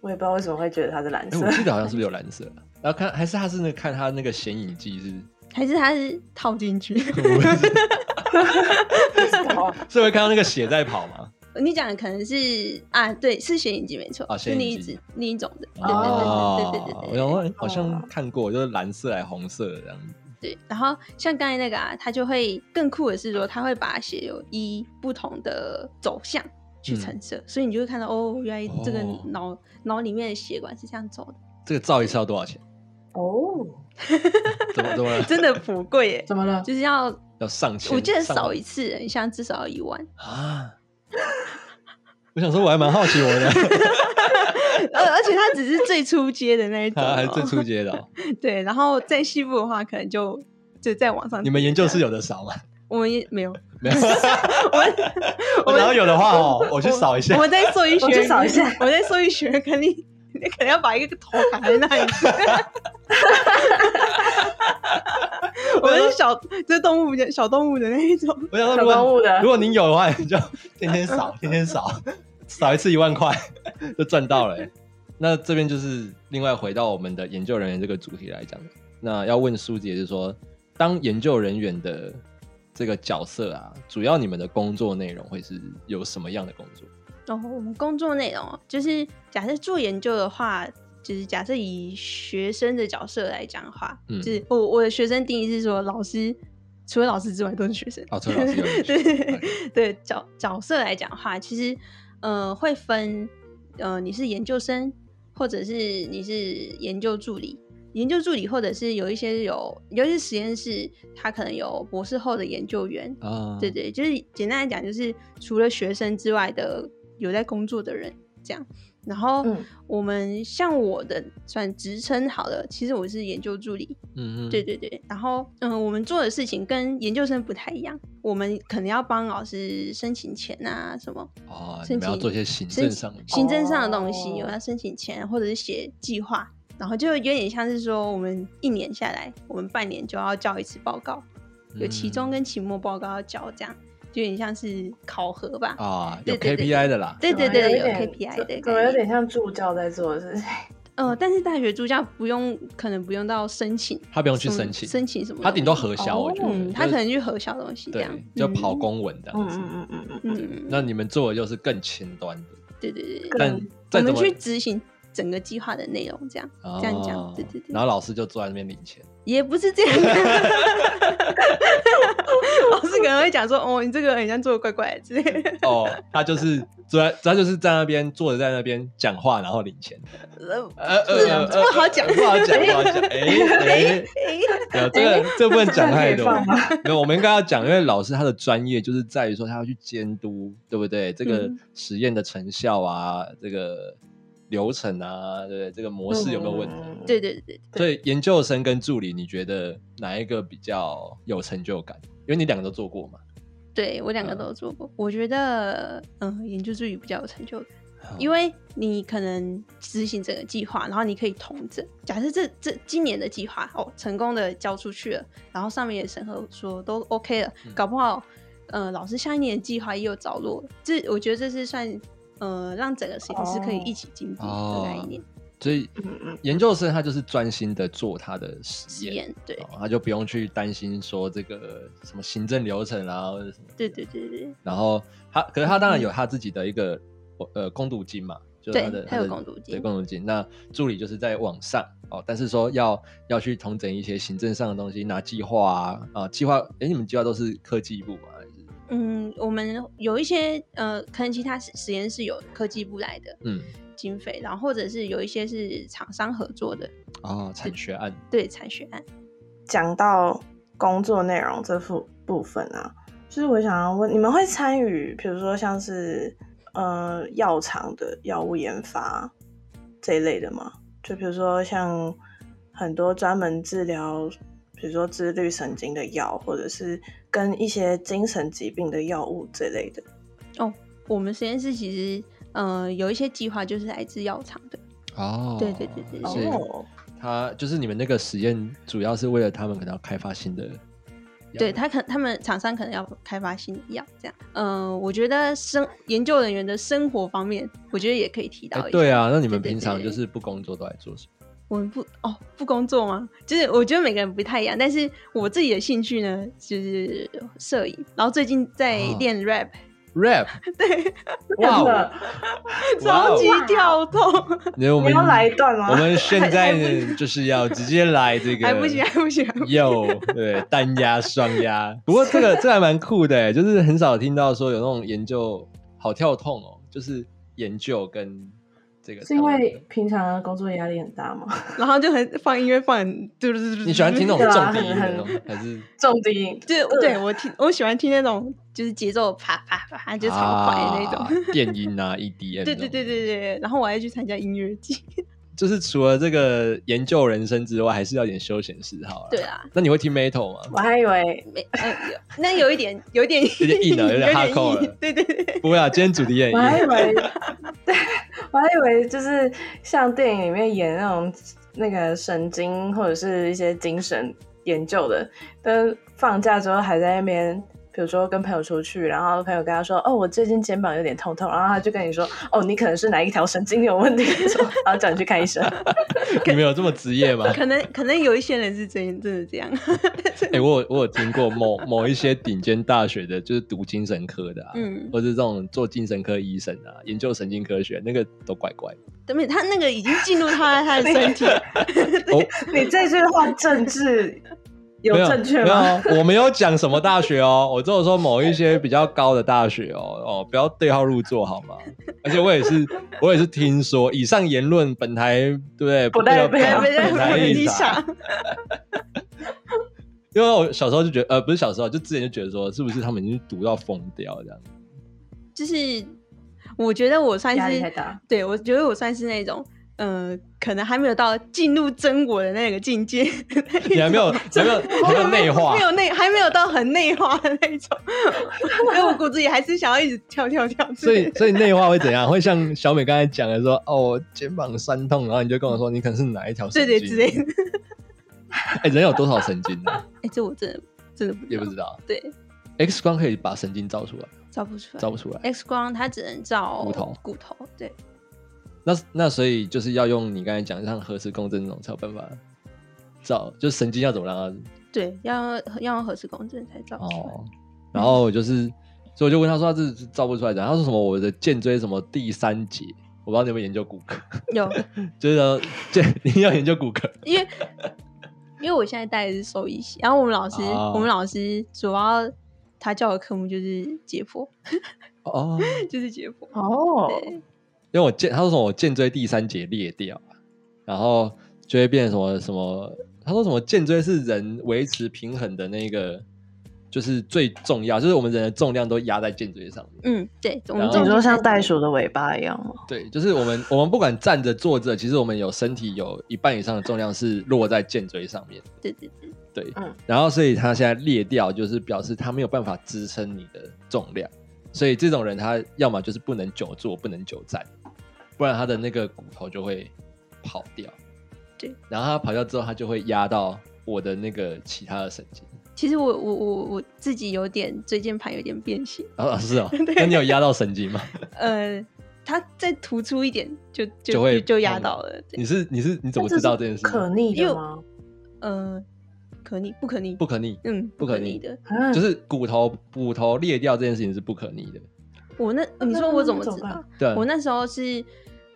[SPEAKER 3] 我也不知道为什么会觉得它是蓝
[SPEAKER 1] 哎，
[SPEAKER 3] 色
[SPEAKER 1] 我。记得好像是不是有蓝色？啊然后看还是它是那个看它那个显影剂是，
[SPEAKER 2] 还是它是套进去？
[SPEAKER 1] 我不知道
[SPEAKER 3] 哦
[SPEAKER 1] 是会看到那个血在跑吗？
[SPEAKER 2] 你讲的可能是啊，对，是显影剂没错，
[SPEAKER 1] 啊
[SPEAKER 2] 是另一
[SPEAKER 1] 显影
[SPEAKER 2] 种另一种的，对
[SPEAKER 1] 哦，
[SPEAKER 2] 对对对对对
[SPEAKER 1] 我
[SPEAKER 2] 对
[SPEAKER 1] 想
[SPEAKER 2] 对
[SPEAKER 1] 说好像看过，就是蓝色还红色的这样子。
[SPEAKER 2] 对。然后像刚才那个啊，它就会更酷的是说，它会把血流依不同的走向去成色，所以你就会看到哦，原来这个
[SPEAKER 1] 嗯哦
[SPEAKER 2] 脑、脑里面的血管是这样走的，
[SPEAKER 1] 这个照一次要多少钱？
[SPEAKER 3] 哦，
[SPEAKER 1] 怎么怎么了？
[SPEAKER 2] 真的不贵 耶，
[SPEAKER 3] 怎么了？
[SPEAKER 2] 就是要
[SPEAKER 1] 要上千？
[SPEAKER 2] 我记得
[SPEAKER 1] 上
[SPEAKER 2] 少一次人像至少要一万，
[SPEAKER 1] 啊？我想说，我还蛮好奇我的，
[SPEAKER 2] 而而且它只是最初阶的那一种、
[SPEAKER 1] 他还是
[SPEAKER 2] 哦
[SPEAKER 1] 最初阶的哦、
[SPEAKER 2] 对，然后在西部的话，可能就就在网上。
[SPEAKER 1] 你们研究室有的扫吗？
[SPEAKER 2] 我们也没有，
[SPEAKER 1] 没有。
[SPEAKER 2] 我们我们
[SPEAKER 1] 然后有的话哦，我去扫一下
[SPEAKER 2] 我。们在兽医学，
[SPEAKER 3] 我去扫一下，
[SPEAKER 2] 我在兽医学，肯定你可能要把一个头卡在那 里。我们是小，就是动物的小动物的那一种，
[SPEAKER 1] 我想说，
[SPEAKER 3] 小
[SPEAKER 1] 如
[SPEAKER 3] 动
[SPEAKER 1] 果
[SPEAKER 3] 物的
[SPEAKER 1] 如，果您有的话，你就天天扫，天天扫， 扫一次一万块就赚到了欸、那这边就是另外回到我们的研究人员这个主题来讲，那要问苏姐是说，当研究人员的这个角色啊，主要你们的工作内容会是有什么样的工作？
[SPEAKER 2] 然后我们工作内容哦就是，假设做研究的话，就是假设以学生的角色来讲的话，
[SPEAKER 1] 嗯
[SPEAKER 2] 就是我我的学生定义是说，老师除了老师之外都是学生。
[SPEAKER 1] 哦，陈老师有哎兴趣
[SPEAKER 2] 对对角角色来讲的话，其实呃会分呃你是研究生，或者是你是研究助理。研究助理，或者是有一些有，尤其是实验室，它可能有博士后的研究员，
[SPEAKER 1] 啊，
[SPEAKER 2] 对对，就是简单来讲，就是除了学生之外的有在工作的人这样。然后
[SPEAKER 3] 嗯
[SPEAKER 2] 我们像我的算职称好了，其实我是研究助理，
[SPEAKER 1] 嗯嗯，
[SPEAKER 2] 对对对。然后嗯，我们做的事情跟研究生不太一样，我们可能要帮老师申请钱啊什么，
[SPEAKER 1] 哦，你
[SPEAKER 2] 申
[SPEAKER 1] 们要
[SPEAKER 2] 请
[SPEAKER 1] 做一些行政
[SPEAKER 2] 申请
[SPEAKER 1] 上的
[SPEAKER 2] 行政上的东西，我
[SPEAKER 3] 哦
[SPEAKER 2] 要申请钱啊或者是写计划，然后就有点像是说我们一年下来，我们半年就要交一次报告，
[SPEAKER 1] 嗯
[SPEAKER 2] 有期中跟期末报告要交，这样就有点像是考核吧。
[SPEAKER 1] 啊，有
[SPEAKER 2] 对对对
[SPEAKER 1] KPI 的啦，
[SPEAKER 2] 对对对
[SPEAKER 3] 有
[SPEAKER 2] 对，
[SPEAKER 3] 一
[SPEAKER 2] 有
[SPEAKER 3] 点
[SPEAKER 2] KPI 的概念，
[SPEAKER 3] 怎么有点像助教在做的事情？
[SPEAKER 2] 呃，但是大学助教不用，可能不用到申请，
[SPEAKER 1] 他不用去
[SPEAKER 2] 什么
[SPEAKER 1] 申请，
[SPEAKER 2] 申请什么东西，
[SPEAKER 1] 他顶多核销，
[SPEAKER 3] 哦
[SPEAKER 1] 我觉得，
[SPEAKER 2] 嗯，
[SPEAKER 1] 就
[SPEAKER 2] 他
[SPEAKER 1] 是
[SPEAKER 2] 可能去核销东西这样
[SPEAKER 1] 对，，就跑
[SPEAKER 2] 嗯，
[SPEAKER 1] 公文的，
[SPEAKER 3] 嗯嗯嗯嗯嗯，
[SPEAKER 2] 嗯，
[SPEAKER 1] 那你们做的又是更前端的，
[SPEAKER 2] 对对对对，
[SPEAKER 3] 更
[SPEAKER 1] 但
[SPEAKER 2] 我
[SPEAKER 1] 再怎
[SPEAKER 2] 们
[SPEAKER 1] 么
[SPEAKER 2] 去执行整个计划的内容，这样这样讲，对对对
[SPEAKER 1] 哦然，后老师就坐在那边领钱，
[SPEAKER 2] 也不是这样。老师可能会讲说：“哦，你这个很像做的怪怪的之类的。
[SPEAKER 1] 哦，他就是坐在，他就是在那边坐着在那边讲话，然后领钱，
[SPEAKER 2] 呃
[SPEAKER 1] 呃
[SPEAKER 2] 是不好讲
[SPEAKER 1] 不好讲，不好 讲， 哎哎”
[SPEAKER 2] 哎，
[SPEAKER 1] 对啊，这个这部分 讲太多
[SPEAKER 3] 这样可以放吗，
[SPEAKER 1] 没有，我们应该要讲，因为老师他的专业就是在于说他要去监督，对不对？这个
[SPEAKER 2] 嗯
[SPEAKER 1] 实验的成效啊，这个流程啊， 对不对？这个模式有没有问题？
[SPEAKER 3] 嗯？
[SPEAKER 2] 对对对对，
[SPEAKER 1] 所以研究生跟助理，你觉得哪一个比较有成就感？因为你两个都做过嘛，
[SPEAKER 2] 对我两个
[SPEAKER 1] 嗯
[SPEAKER 2] 都有做过，我觉得嗯，研究助理比较有成就感，
[SPEAKER 1] 嗯
[SPEAKER 2] 因为你可能执行整个计划，然后你可以统整。假设这这今年的计划哦，成功的交出去了，然后上面也审核说都 OK 了
[SPEAKER 1] 嗯，
[SPEAKER 2] 搞不好呃，老师下一年的计划也有着落了。这我觉得这是算呃，让整个实验室可以一起进步的概念。
[SPEAKER 1] 所以
[SPEAKER 3] 嗯嗯
[SPEAKER 1] 研究生他就是专心的做他的实
[SPEAKER 2] 实
[SPEAKER 1] 验，
[SPEAKER 2] 验对
[SPEAKER 1] 哦他就不用去担心说这个什么行政流程啊，或者什么
[SPEAKER 2] 对对对对
[SPEAKER 1] 然后他，可是他当然有他自己的一个、呃攻读金嘛，就是他的
[SPEAKER 2] 对
[SPEAKER 1] 的
[SPEAKER 2] 他有攻读金
[SPEAKER 1] 对攻读金。那助理就是在网上哦，但是说要要去统整一些行政上的东西，拿计划啊啊计划，哎，你们计划都是科技部嘛？还是
[SPEAKER 2] 嗯，我们有一些呃，可能其他实实验室有科技部来的，
[SPEAKER 1] 嗯
[SPEAKER 2] 经费，然后或者是有一些是厂商合作的，
[SPEAKER 1] 哦，产学案
[SPEAKER 2] 对产学案。
[SPEAKER 3] 讲到工作内容这部部分啊，就是我想要问，你们会参与，比如说像是呃药厂的药物研发这一类的吗？就比如说像很多专门治疗，比如说自律神经的药，或者是跟一些精神疾病的药物这类的。
[SPEAKER 2] 我们实验室其实呃有一些计划就是来自药厂的，
[SPEAKER 1] 哦
[SPEAKER 2] 对对对对对
[SPEAKER 1] 所以
[SPEAKER 3] 哦，
[SPEAKER 1] 他就是你们那个实验主要是为了他们可能要开发新的药，
[SPEAKER 2] 对他可他们厂商可能要开发新的药这样。呃，我觉得生研究人员的生活方面，我觉得也可以提
[SPEAKER 1] 哎
[SPEAKER 2] 到一下。
[SPEAKER 1] 对啊，那你们
[SPEAKER 2] 对对
[SPEAKER 1] 平常
[SPEAKER 2] 对
[SPEAKER 1] 就是不工作都在做什么？
[SPEAKER 2] 我们不哦不工作吗？就是我觉得每个人不太一样，但是我自己的兴趣呢就是摄影，然后最近在
[SPEAKER 1] 哦
[SPEAKER 2] 练 rap，、
[SPEAKER 1] rap 对，哇
[SPEAKER 3] 真
[SPEAKER 1] 哦
[SPEAKER 3] 的，
[SPEAKER 1] 哇
[SPEAKER 2] 超
[SPEAKER 1] 哦
[SPEAKER 2] 级跳动，
[SPEAKER 1] 那我
[SPEAKER 3] 你
[SPEAKER 1] 们
[SPEAKER 3] 要来一段吗？
[SPEAKER 1] 我们 现在呢，就是要直接来这个，
[SPEAKER 2] 还不行还不行还不行
[SPEAKER 1] 有对单压双压，不过这个这还蛮酷的，欸就是很少听到说有那种研究好跳痛哦，就是研究跟这个
[SPEAKER 3] 是因
[SPEAKER 1] 讨论
[SPEAKER 3] 为平常的工作压力很大吗？
[SPEAKER 2] 然后就很放音乐放很，就是
[SPEAKER 1] 你喜欢听那种
[SPEAKER 3] 对
[SPEAKER 1] 重
[SPEAKER 3] 啊
[SPEAKER 1] 低音的那
[SPEAKER 3] 很
[SPEAKER 1] 种，还是
[SPEAKER 3] 重低音，
[SPEAKER 2] 对对，我听我喜欢听那种就是节奏啪啪啪，就超快的那种。
[SPEAKER 1] 啊电音啊 EDM？
[SPEAKER 2] 对对对
[SPEAKER 1] 那种，
[SPEAKER 2] 对对，然后我还去参加音乐季。
[SPEAKER 1] 就是除了这个研究人生之外，还是要点休闲嗜好啦。
[SPEAKER 2] 对啊，
[SPEAKER 1] 那你会听 metal 吗？
[SPEAKER 3] 我还以为
[SPEAKER 2] 没呃，有 那有一点有一点
[SPEAKER 1] 有点硬了啊有
[SPEAKER 2] 有
[SPEAKER 1] 点
[SPEAKER 2] 点
[SPEAKER 1] hardcore
[SPEAKER 2] 硬
[SPEAKER 1] 了
[SPEAKER 2] 对对对，
[SPEAKER 1] 不会啊，今天主题 也
[SPEAKER 3] 我还以
[SPEAKER 1] 硬。
[SPEAKER 3] 为，我还以为就是像电影里面演那种那个神经或者是一些精神研究的，但是放假之后还在那边。比如说跟朋友出去，然后朋友跟他说：“哦，我最近肩膀有点痛痛。”然后他就跟你说：“哦，你可能是哪一条神经有问题。” 然后叫你去看医生。
[SPEAKER 1] 你们有这么职业吗？
[SPEAKER 2] 可能可能有一些人是真真的这样。
[SPEAKER 1] 哎、我有我有听过某某一些顶尖大学的，就是读精神科的、啊，
[SPEAKER 2] 嗯，
[SPEAKER 1] 或者这种做精神科医生啊，研究神经科学，那个都怪怪的。
[SPEAKER 2] 对面他那个已经进入他他的身体了，
[SPEAKER 1] 哦，
[SPEAKER 3] 你这句话政治有
[SPEAKER 1] 没有
[SPEAKER 3] 正确
[SPEAKER 1] 没有
[SPEAKER 3] 吗？
[SPEAKER 1] 哦，我没有讲什么大学哦， 我只有说某一些比较高的大学哦，哦，不要对号入座好吗？而且我也是，我也是听说，以上言论本台对不对？
[SPEAKER 3] 不代
[SPEAKER 1] 代
[SPEAKER 3] 表
[SPEAKER 1] 表
[SPEAKER 2] 被人
[SPEAKER 1] 本台
[SPEAKER 2] 家
[SPEAKER 1] 立
[SPEAKER 2] 立
[SPEAKER 1] 场。
[SPEAKER 2] 场。
[SPEAKER 1] 因为我小时候就觉得，呃，不是小时候，就之前就觉得说，是不是他们已经读到疯掉这样？
[SPEAKER 2] 就是我觉得我算
[SPEAKER 3] 压力太
[SPEAKER 2] 是
[SPEAKER 3] 大，
[SPEAKER 2] 对我觉得我算是那种。呃，可能还没有到进入真我的那个境界，
[SPEAKER 1] 你还没有，还没有， 还没有内化
[SPEAKER 2] 没，有内，还没有到很内化的那 种，所以我骨子里还是想要一直跳跳跳之
[SPEAKER 1] 所
[SPEAKER 2] 类
[SPEAKER 1] 以，
[SPEAKER 2] 的。
[SPEAKER 1] 所以内化会怎样？会像小美刚才讲的说，哦，我肩膀酸痛，然后你就跟我说，你可能是哪一条神
[SPEAKER 2] 对
[SPEAKER 1] 经？
[SPEAKER 2] 对之类的。
[SPEAKER 1] 哎、人有多少神经呢、
[SPEAKER 2] 哎、这我真的真的不
[SPEAKER 1] 也
[SPEAKER 2] 知
[SPEAKER 1] 不
[SPEAKER 2] 道。
[SPEAKER 1] 知道。
[SPEAKER 2] 对，
[SPEAKER 1] X 光可以把神经照出来，
[SPEAKER 2] 照不出来。
[SPEAKER 1] 照不出来。
[SPEAKER 2] X 光它只能照
[SPEAKER 1] 骨头
[SPEAKER 2] 骨头对，
[SPEAKER 1] 那那所以就是要用你刚才讲像核磁共振那种才有办法照，就是神经要怎么让
[SPEAKER 2] 对，要要用核磁共振才照
[SPEAKER 1] 它
[SPEAKER 2] 出来。
[SPEAKER 1] 哦。然后我就是，所以我就问他说他这是照不出来的，他说什么我的颈椎什么第三节，我不知道你有没有研究骨骼，
[SPEAKER 2] 有，
[SPEAKER 1] 就是说肩你要研究骨骼
[SPEAKER 2] 因为因为我现在带的是兽医系，然后我们老师、
[SPEAKER 1] 哦
[SPEAKER 2] 我们老师主要他教的科目就是解剖，
[SPEAKER 1] 哦，
[SPEAKER 2] 就是解剖。
[SPEAKER 3] 哦
[SPEAKER 2] 对，
[SPEAKER 1] 因为我肩他说什么我颈椎第三节裂掉，啊然后就会变成什么什么，他说什么颈椎是人维持平衡的那个。就是最重要，就是我们人的重量都压在颈椎上面。
[SPEAKER 2] 嗯，对，我
[SPEAKER 1] 然
[SPEAKER 2] 们
[SPEAKER 1] 后
[SPEAKER 2] 这
[SPEAKER 3] 你
[SPEAKER 2] 种
[SPEAKER 3] 说像袋鼠的尾巴一样吗？
[SPEAKER 1] 对，就是我们我们不管站着坐着，其实我们有身体有一半以上的重量是落在肩椎上面。
[SPEAKER 2] 对对对，
[SPEAKER 1] 对，
[SPEAKER 3] 嗯
[SPEAKER 1] 然后所以它现在裂掉，就是表示它没有办法支撑你的重量，所以这种人他要么就是不能久坐，不能久站，不然他的那个骨头就会跑掉。
[SPEAKER 2] 对，
[SPEAKER 1] 然后他跑掉之后，他就会压到我的那个其他的神经。
[SPEAKER 2] 其实我我我我自己有点椎间盘有点变形，
[SPEAKER 1] 然后老 师哦，那你有压到神经吗？
[SPEAKER 2] 呃，它再突出一点就就
[SPEAKER 1] 就会
[SPEAKER 2] 就压
[SPEAKER 1] 痛
[SPEAKER 2] 到了，对
[SPEAKER 1] 你，是你是你怎么
[SPEAKER 3] 那是
[SPEAKER 1] 知道这件事？
[SPEAKER 3] 可逆
[SPEAKER 2] 因为
[SPEAKER 3] 的吗？
[SPEAKER 2] 呃，可逆不可逆？
[SPEAKER 1] 不可逆，
[SPEAKER 2] 嗯，
[SPEAKER 1] 不
[SPEAKER 2] 不
[SPEAKER 1] 可
[SPEAKER 2] 可
[SPEAKER 1] 逆
[SPEAKER 2] 逆的。
[SPEAKER 3] 啊
[SPEAKER 1] 就是骨头骨头裂掉这件事情是不可逆的。
[SPEAKER 2] 我那呃你
[SPEAKER 3] 那
[SPEAKER 2] 说
[SPEAKER 3] 那
[SPEAKER 2] 我
[SPEAKER 3] 那
[SPEAKER 2] 怎么
[SPEAKER 3] 怎么
[SPEAKER 2] 知
[SPEAKER 3] 办
[SPEAKER 2] 道？
[SPEAKER 1] 对，
[SPEAKER 2] 我那时候是，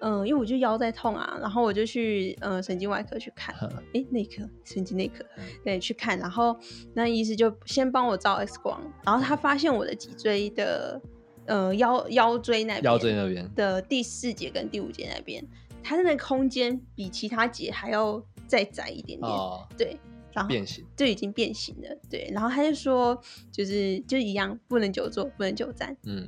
[SPEAKER 2] 嗯、因为我就腰在痛啊，然后我就去呃神经外科去看，
[SPEAKER 1] 哼
[SPEAKER 2] 诶，内科神经内科，
[SPEAKER 1] 嗯
[SPEAKER 2] 对，去看，然后那医师就先帮我照 X 光，然后他发现我的脊椎的呃腰腰椎那边
[SPEAKER 1] 腰椎那边
[SPEAKER 2] 的第四节跟第五节那边，它的那个空间比其他节还要再窄一点点，
[SPEAKER 1] 哦，
[SPEAKER 2] 对，然后
[SPEAKER 1] 变形
[SPEAKER 2] 就已经变形了，对，然后他就说就是就一样，不能久坐，不能久站，
[SPEAKER 1] 嗯，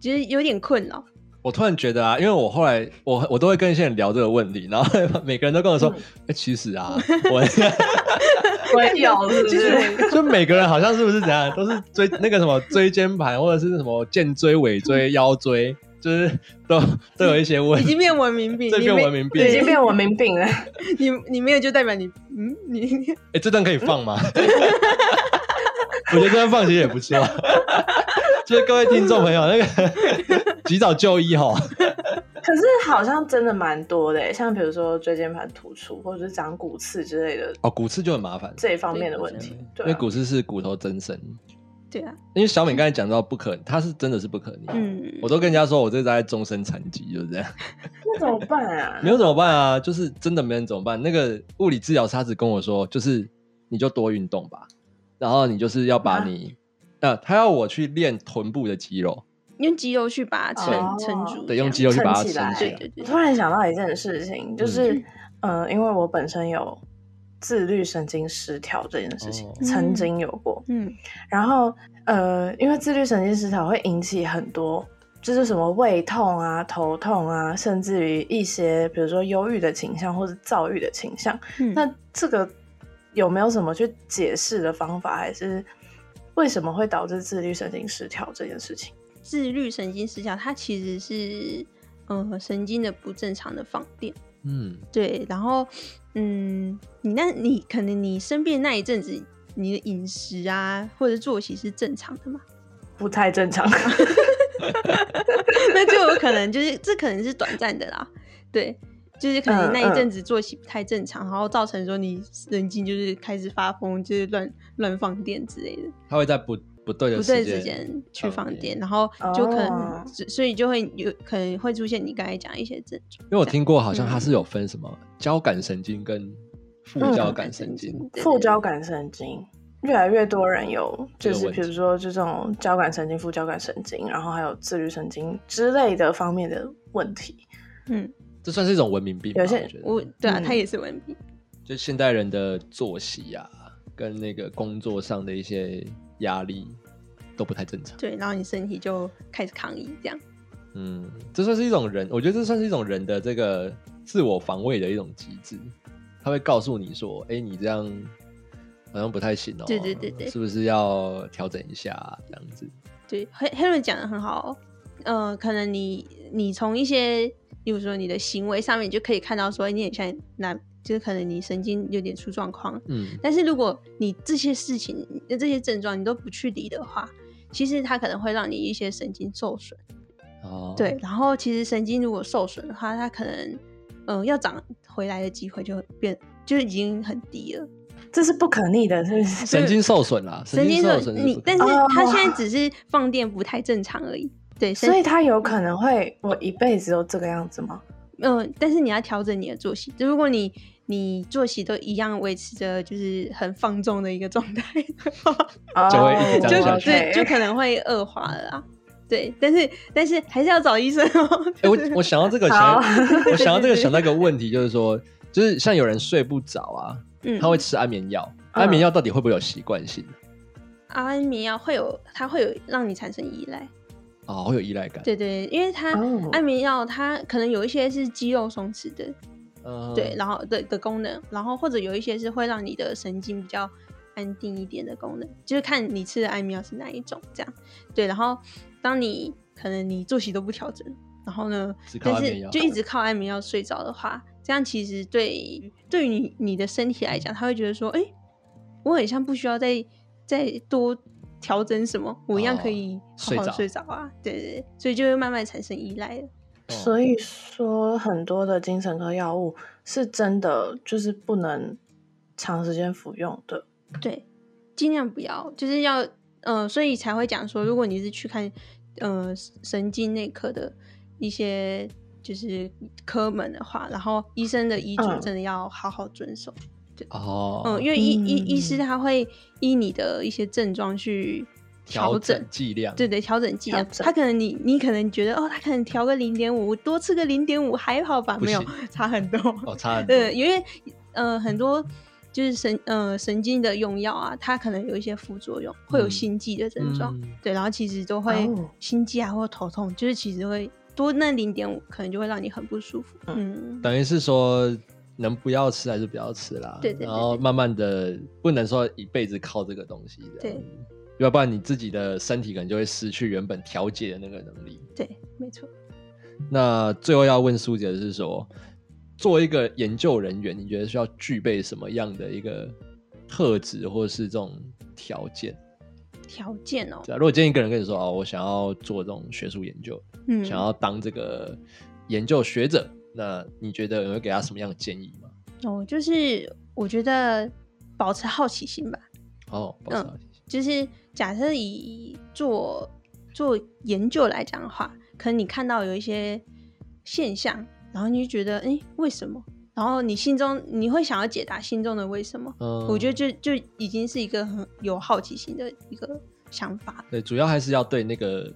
[SPEAKER 2] 就是有点困扰。
[SPEAKER 1] 我突然觉得啊，因为我后来我我都会跟一些人聊这个问题，然后 每个人都跟我说，哎、
[SPEAKER 2] 嗯
[SPEAKER 1] 其实啊，我
[SPEAKER 3] 我有，是不？
[SPEAKER 2] 就是 是
[SPEAKER 1] 就每个人好像是不是怎样，都是椎那个什么椎间盘或者是什么肩椎、尾椎、腰椎，就是 都都有一些问
[SPEAKER 2] 已
[SPEAKER 1] 题
[SPEAKER 2] 经。变文明 病，
[SPEAKER 1] 这
[SPEAKER 2] 你
[SPEAKER 1] 变
[SPEAKER 2] 没
[SPEAKER 1] 文明病
[SPEAKER 2] 对
[SPEAKER 3] 已经变文明病了。
[SPEAKER 2] 你你没有就代表你嗯你
[SPEAKER 1] 哎、这段可以放 吗？我觉得这段放其实也不错。就是各位听众朋友，那 个 及早就医哈。
[SPEAKER 3] 可是好像真的蛮多的欸，像比如说椎间盘突出或者是长骨刺之类的
[SPEAKER 1] 哦，骨刺就很麻烦，
[SPEAKER 3] 这一方面的问题。
[SPEAKER 1] 因
[SPEAKER 3] 对
[SPEAKER 1] 为
[SPEAKER 3] 啊，
[SPEAKER 1] 骨刺是骨头增生。
[SPEAKER 2] 对啊，
[SPEAKER 1] 因为小美刚才讲到不可，她是真的是不可逆。
[SPEAKER 2] 嗯
[SPEAKER 1] 哦我都跟人家说我这大概终身残疾，就是这样，
[SPEAKER 3] 那怎么办啊？
[SPEAKER 1] 没有怎么办啊？就是真的没人怎么办。那个物理治疗师他只跟我说，就是你就多运动吧，然后你就是要把你，呃，他要我去练臀部的肌肉，
[SPEAKER 2] 用肌肉去把它撑
[SPEAKER 1] 哦
[SPEAKER 2] 撑住，
[SPEAKER 1] 对，
[SPEAKER 2] 这
[SPEAKER 1] 用
[SPEAKER 2] 样
[SPEAKER 1] 肌肉去把它
[SPEAKER 3] 撑起
[SPEAKER 1] 撑
[SPEAKER 3] 来
[SPEAKER 1] 起
[SPEAKER 2] 对
[SPEAKER 1] 来。
[SPEAKER 2] 对对
[SPEAKER 3] 我突然想到一件事情，就是
[SPEAKER 2] 嗯，
[SPEAKER 3] 嗯、因为我本身有自律神经失调这件事情，
[SPEAKER 1] 哦
[SPEAKER 3] 曾经有过。
[SPEAKER 2] 嗯
[SPEAKER 3] 然后，呃，因为自律神经失调会引起很多，就是什么胃痛啊、头痛啊，甚至于一些比如说忧郁的倾向或是躁郁的倾向。
[SPEAKER 2] 嗯，
[SPEAKER 3] 那这个有没有什么去解释的方法，还是为什么会导致自律神经失调这件事情？
[SPEAKER 2] 自律神经失调，它其实是呃神经的不正常的放电。
[SPEAKER 1] 嗯，
[SPEAKER 2] 对，然后嗯，你那你可能你生病那一阵子，你的饮食啊或者作息是正常的嘛？
[SPEAKER 3] 不太 正常。
[SPEAKER 2] 那就有可能就是这可能是短暂的啦，对。就是可
[SPEAKER 3] 嗯
[SPEAKER 2] 能那一阵子作息不太正常，然后造成说你神经就是开始发疯，就是乱乱放电之类的。
[SPEAKER 1] 它会在不不对的
[SPEAKER 2] 不
[SPEAKER 1] 时
[SPEAKER 2] 对时
[SPEAKER 1] 间
[SPEAKER 2] 间去
[SPEAKER 1] 放
[SPEAKER 2] 放
[SPEAKER 1] 电
[SPEAKER 2] 电，然后就可能，
[SPEAKER 3] 哦
[SPEAKER 2] 所所以就会有可能会出现你刚才讲的一些症状，
[SPEAKER 1] 因为我听过，好像它
[SPEAKER 2] 嗯
[SPEAKER 1] 是有分什么交感神经跟副
[SPEAKER 3] 嗯
[SPEAKER 1] 交感神经。
[SPEAKER 2] 对
[SPEAKER 3] 副
[SPEAKER 2] 对
[SPEAKER 3] 交感神经，越来越多人有，
[SPEAKER 1] 这
[SPEAKER 3] 就
[SPEAKER 1] 个
[SPEAKER 3] 是
[SPEAKER 1] 问
[SPEAKER 3] 比
[SPEAKER 1] 题
[SPEAKER 3] 如说这种交感神经、副交感神经，然后还有自律神经之类的方面的问题。
[SPEAKER 2] 嗯，
[SPEAKER 1] 这算是一种文明病吧？
[SPEAKER 3] 有些
[SPEAKER 1] 我觉
[SPEAKER 2] 我
[SPEAKER 1] 得，
[SPEAKER 2] 对啊，
[SPEAKER 3] 嗯
[SPEAKER 2] 他也是文笔，
[SPEAKER 1] 就现代人的作息啊，跟那个工作上的一些压力都不太正常。
[SPEAKER 2] 对，然后你身体就开始抗议这样，
[SPEAKER 1] 嗯，这算是一种人，我觉得这算是一种人的这个自我防卫的一种机制。他会告诉你说：“哎、你这样好像不太行哦，
[SPEAKER 2] 对对对对
[SPEAKER 1] 是不是要调整一下、啊这样子
[SPEAKER 2] 对，黑黑人讲的很好哦，呃，可能你你从一些，例如说你的行为上面，你就可以看到说你很像哪，就是可能你神经有点出状况，？”
[SPEAKER 1] 嗯，
[SPEAKER 2] 但是如果你这些事情、这些症状你都不去理的话，其实它可能会让你一些神经受损。
[SPEAKER 1] 哦，
[SPEAKER 2] 对，，然后其实神经如果受损的话，它可能嗯、呃要长回来的机会就会变，就已经很低了。
[SPEAKER 3] 这是不可逆的，是不是？
[SPEAKER 1] 神经受损啦，神
[SPEAKER 2] 经
[SPEAKER 1] 受损
[SPEAKER 2] 损
[SPEAKER 1] 是
[SPEAKER 2] 你
[SPEAKER 1] 不，
[SPEAKER 2] 但是
[SPEAKER 3] 哦
[SPEAKER 2] 它现在只是放电不太正常而已。对，
[SPEAKER 3] 所以
[SPEAKER 2] 神
[SPEAKER 3] 他有可能会，我一辈子都这个样子吗？
[SPEAKER 2] 嗯、但是你要调整你的作息。就如果你你作息都一样维持着就是很放纵的一个状态的话，
[SPEAKER 1] 就会一直这
[SPEAKER 2] 就
[SPEAKER 3] 哦
[SPEAKER 1] 样下去
[SPEAKER 2] 对，就可
[SPEAKER 3] 能
[SPEAKER 2] 能会恶化了啊。对，但是但是还是要找医生哦。
[SPEAKER 1] 哎、我我想到这个，
[SPEAKER 3] 好
[SPEAKER 1] 想到我想到这个，想到一个问题，就是说，就是像有人睡不着啊，
[SPEAKER 2] 嗯，
[SPEAKER 1] 他会吃安眠药，
[SPEAKER 3] 嗯
[SPEAKER 1] 安眠药到底会不会有习惯性
[SPEAKER 2] 安眠药会有，它会有让你产生依赖。
[SPEAKER 1] 啊、会有依赖感？
[SPEAKER 2] 对对，因为它、
[SPEAKER 3] 哦
[SPEAKER 2] 安眠药它可能有一些是肌肉松弛的，
[SPEAKER 1] 嗯
[SPEAKER 2] 对，然后的的功能，然后或者有一些是会让你的神经比较安定一点的功能，就是看你吃的安眠药是哪一种这样。对，然后当你可能你作息都不调整，然后呢
[SPEAKER 1] 只，靠
[SPEAKER 2] 但
[SPEAKER 1] 安
[SPEAKER 2] 是
[SPEAKER 1] 眠药
[SPEAKER 2] 就一直靠安眠药睡着的话，这样其实对对于你你的身体来讲，他会觉得说，哎、我很像不需要再再多。调整什么，我一样可
[SPEAKER 1] 哦
[SPEAKER 2] 以好
[SPEAKER 1] 睡
[SPEAKER 2] 好
[SPEAKER 1] 着
[SPEAKER 2] 睡着啊，对对对，所以就会慢慢产生依赖了。
[SPEAKER 1] 哦
[SPEAKER 3] 所以说，很多的精神科药物是真的就是不能长时间服用的。
[SPEAKER 2] 对，尽量不要，就是要，呃，所以才会讲说，如果你是去看，呃，神经内科的一些就是科门的话，然后医生的医嘱
[SPEAKER 3] 嗯
[SPEAKER 2] 真的要好好遵守，
[SPEAKER 1] 哦，
[SPEAKER 2] 嗯，因为医医医师
[SPEAKER 3] 嗯
[SPEAKER 2] 他会依你的一些症状去
[SPEAKER 1] 调
[SPEAKER 2] 调
[SPEAKER 1] 整剂量，
[SPEAKER 2] 对对，调整剂量，
[SPEAKER 3] 调整
[SPEAKER 2] 他可能你你可能觉得哦，他可能调个零点五，多吃个零点五还好吧？
[SPEAKER 1] 不
[SPEAKER 2] 没有
[SPEAKER 1] 行，
[SPEAKER 2] 差很多。
[SPEAKER 1] 哦，差很多，
[SPEAKER 2] 对，因为呃很多就是神呃神经的用药啊，它可能有一些副作用，会有
[SPEAKER 1] 嗯
[SPEAKER 2] 心悸的症状，
[SPEAKER 1] 嗯
[SPEAKER 2] 对，然后其实都会
[SPEAKER 3] 哦
[SPEAKER 2] 心悸啊或头痛，就是其实会多那零点五，可能就会让你很不舒服。嗯，
[SPEAKER 1] 等于是说能不要吃还是不要吃啦，
[SPEAKER 2] 对对对
[SPEAKER 1] 然后慢慢的不能说一辈子靠这个东西这样
[SPEAKER 2] 对
[SPEAKER 1] 子，要不然你自己的身体可能就会失去原本调节的那个能力。
[SPEAKER 2] 对，没错。
[SPEAKER 1] 那最后要问苏姐的是说，作为一个研究人员，你觉得需要具备什么样的一个特质，或者是这种条件？
[SPEAKER 2] 条件哦，
[SPEAKER 1] 对啊，如果今天一个人跟你说哦，我想要做这种学术研究，
[SPEAKER 2] 嗯，
[SPEAKER 1] 想要当这个研究学者，那你觉得你会给他什么样的建议吗？
[SPEAKER 2] 哦，就是我觉得保持好奇心吧，
[SPEAKER 1] 哦，保持好
[SPEAKER 2] 嗯
[SPEAKER 1] 奇心，
[SPEAKER 2] 就是假设以做做研究来讲的话，可能你看到有一些现象，然后你就觉得，哎、为什么？然后你心中你会想要解答心中的为什么？
[SPEAKER 1] 嗯，
[SPEAKER 2] 我觉得就就已经是一个很有好奇心的一个想法。
[SPEAKER 1] 对，主要还是要对那个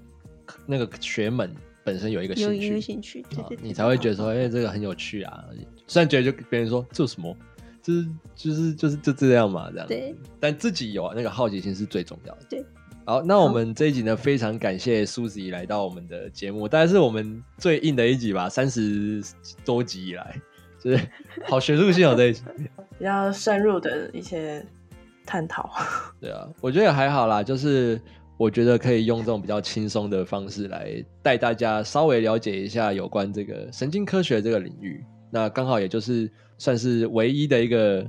[SPEAKER 1] 那个学门本身有一个
[SPEAKER 2] 有
[SPEAKER 1] 兴
[SPEAKER 2] 一个
[SPEAKER 1] 趣，
[SPEAKER 2] 兴趣，对
[SPEAKER 1] 啊
[SPEAKER 2] 对对，
[SPEAKER 1] 你才会觉得说，哎、这个很有趣啊。虽然觉得就别人说这有什么，就是就是就是就这样嘛，这样。
[SPEAKER 2] 对。
[SPEAKER 1] 但自己有那个好奇心是最重要的。
[SPEAKER 2] 对。
[SPEAKER 1] 好，那我们这一集呢，非常感谢苏子怡来到我们的节目，大概是我们最硬的一集吧，三十多集以来，就是好学术性哦这一集。
[SPEAKER 3] 比较深入的一些探讨。
[SPEAKER 1] 对啊，我觉得也还好啦，就是我觉得可以用这种比较轻松的方式来带大家稍微了解一下有关这个神经科学这个领域。那刚好也就是算是唯一的一个，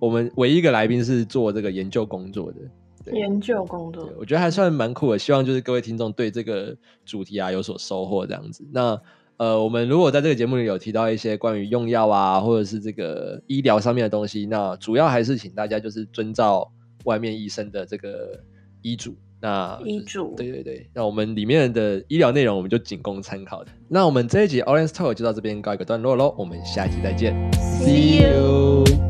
[SPEAKER 1] 我们唯一一个来宾是做这个研究工作的。对
[SPEAKER 3] 研究工作
[SPEAKER 1] 对，我觉得还算蛮酷的。希望就是各位听众对这个主题啊有所收获这样子。那呃，我们如果在这个节目里有提到一些关于用药啊，或者是这个医疗上面的东西，那主要还是请大家就是遵照外面医生的这个医嘱。那就是
[SPEAKER 3] 医嘱
[SPEAKER 1] 对对对。那我们里面的医疗内容，我们就仅供参考的。那我们这一集 Orange Talk 就到这边告一个段落喽，我们下一集再见
[SPEAKER 2] See you
[SPEAKER 1] you。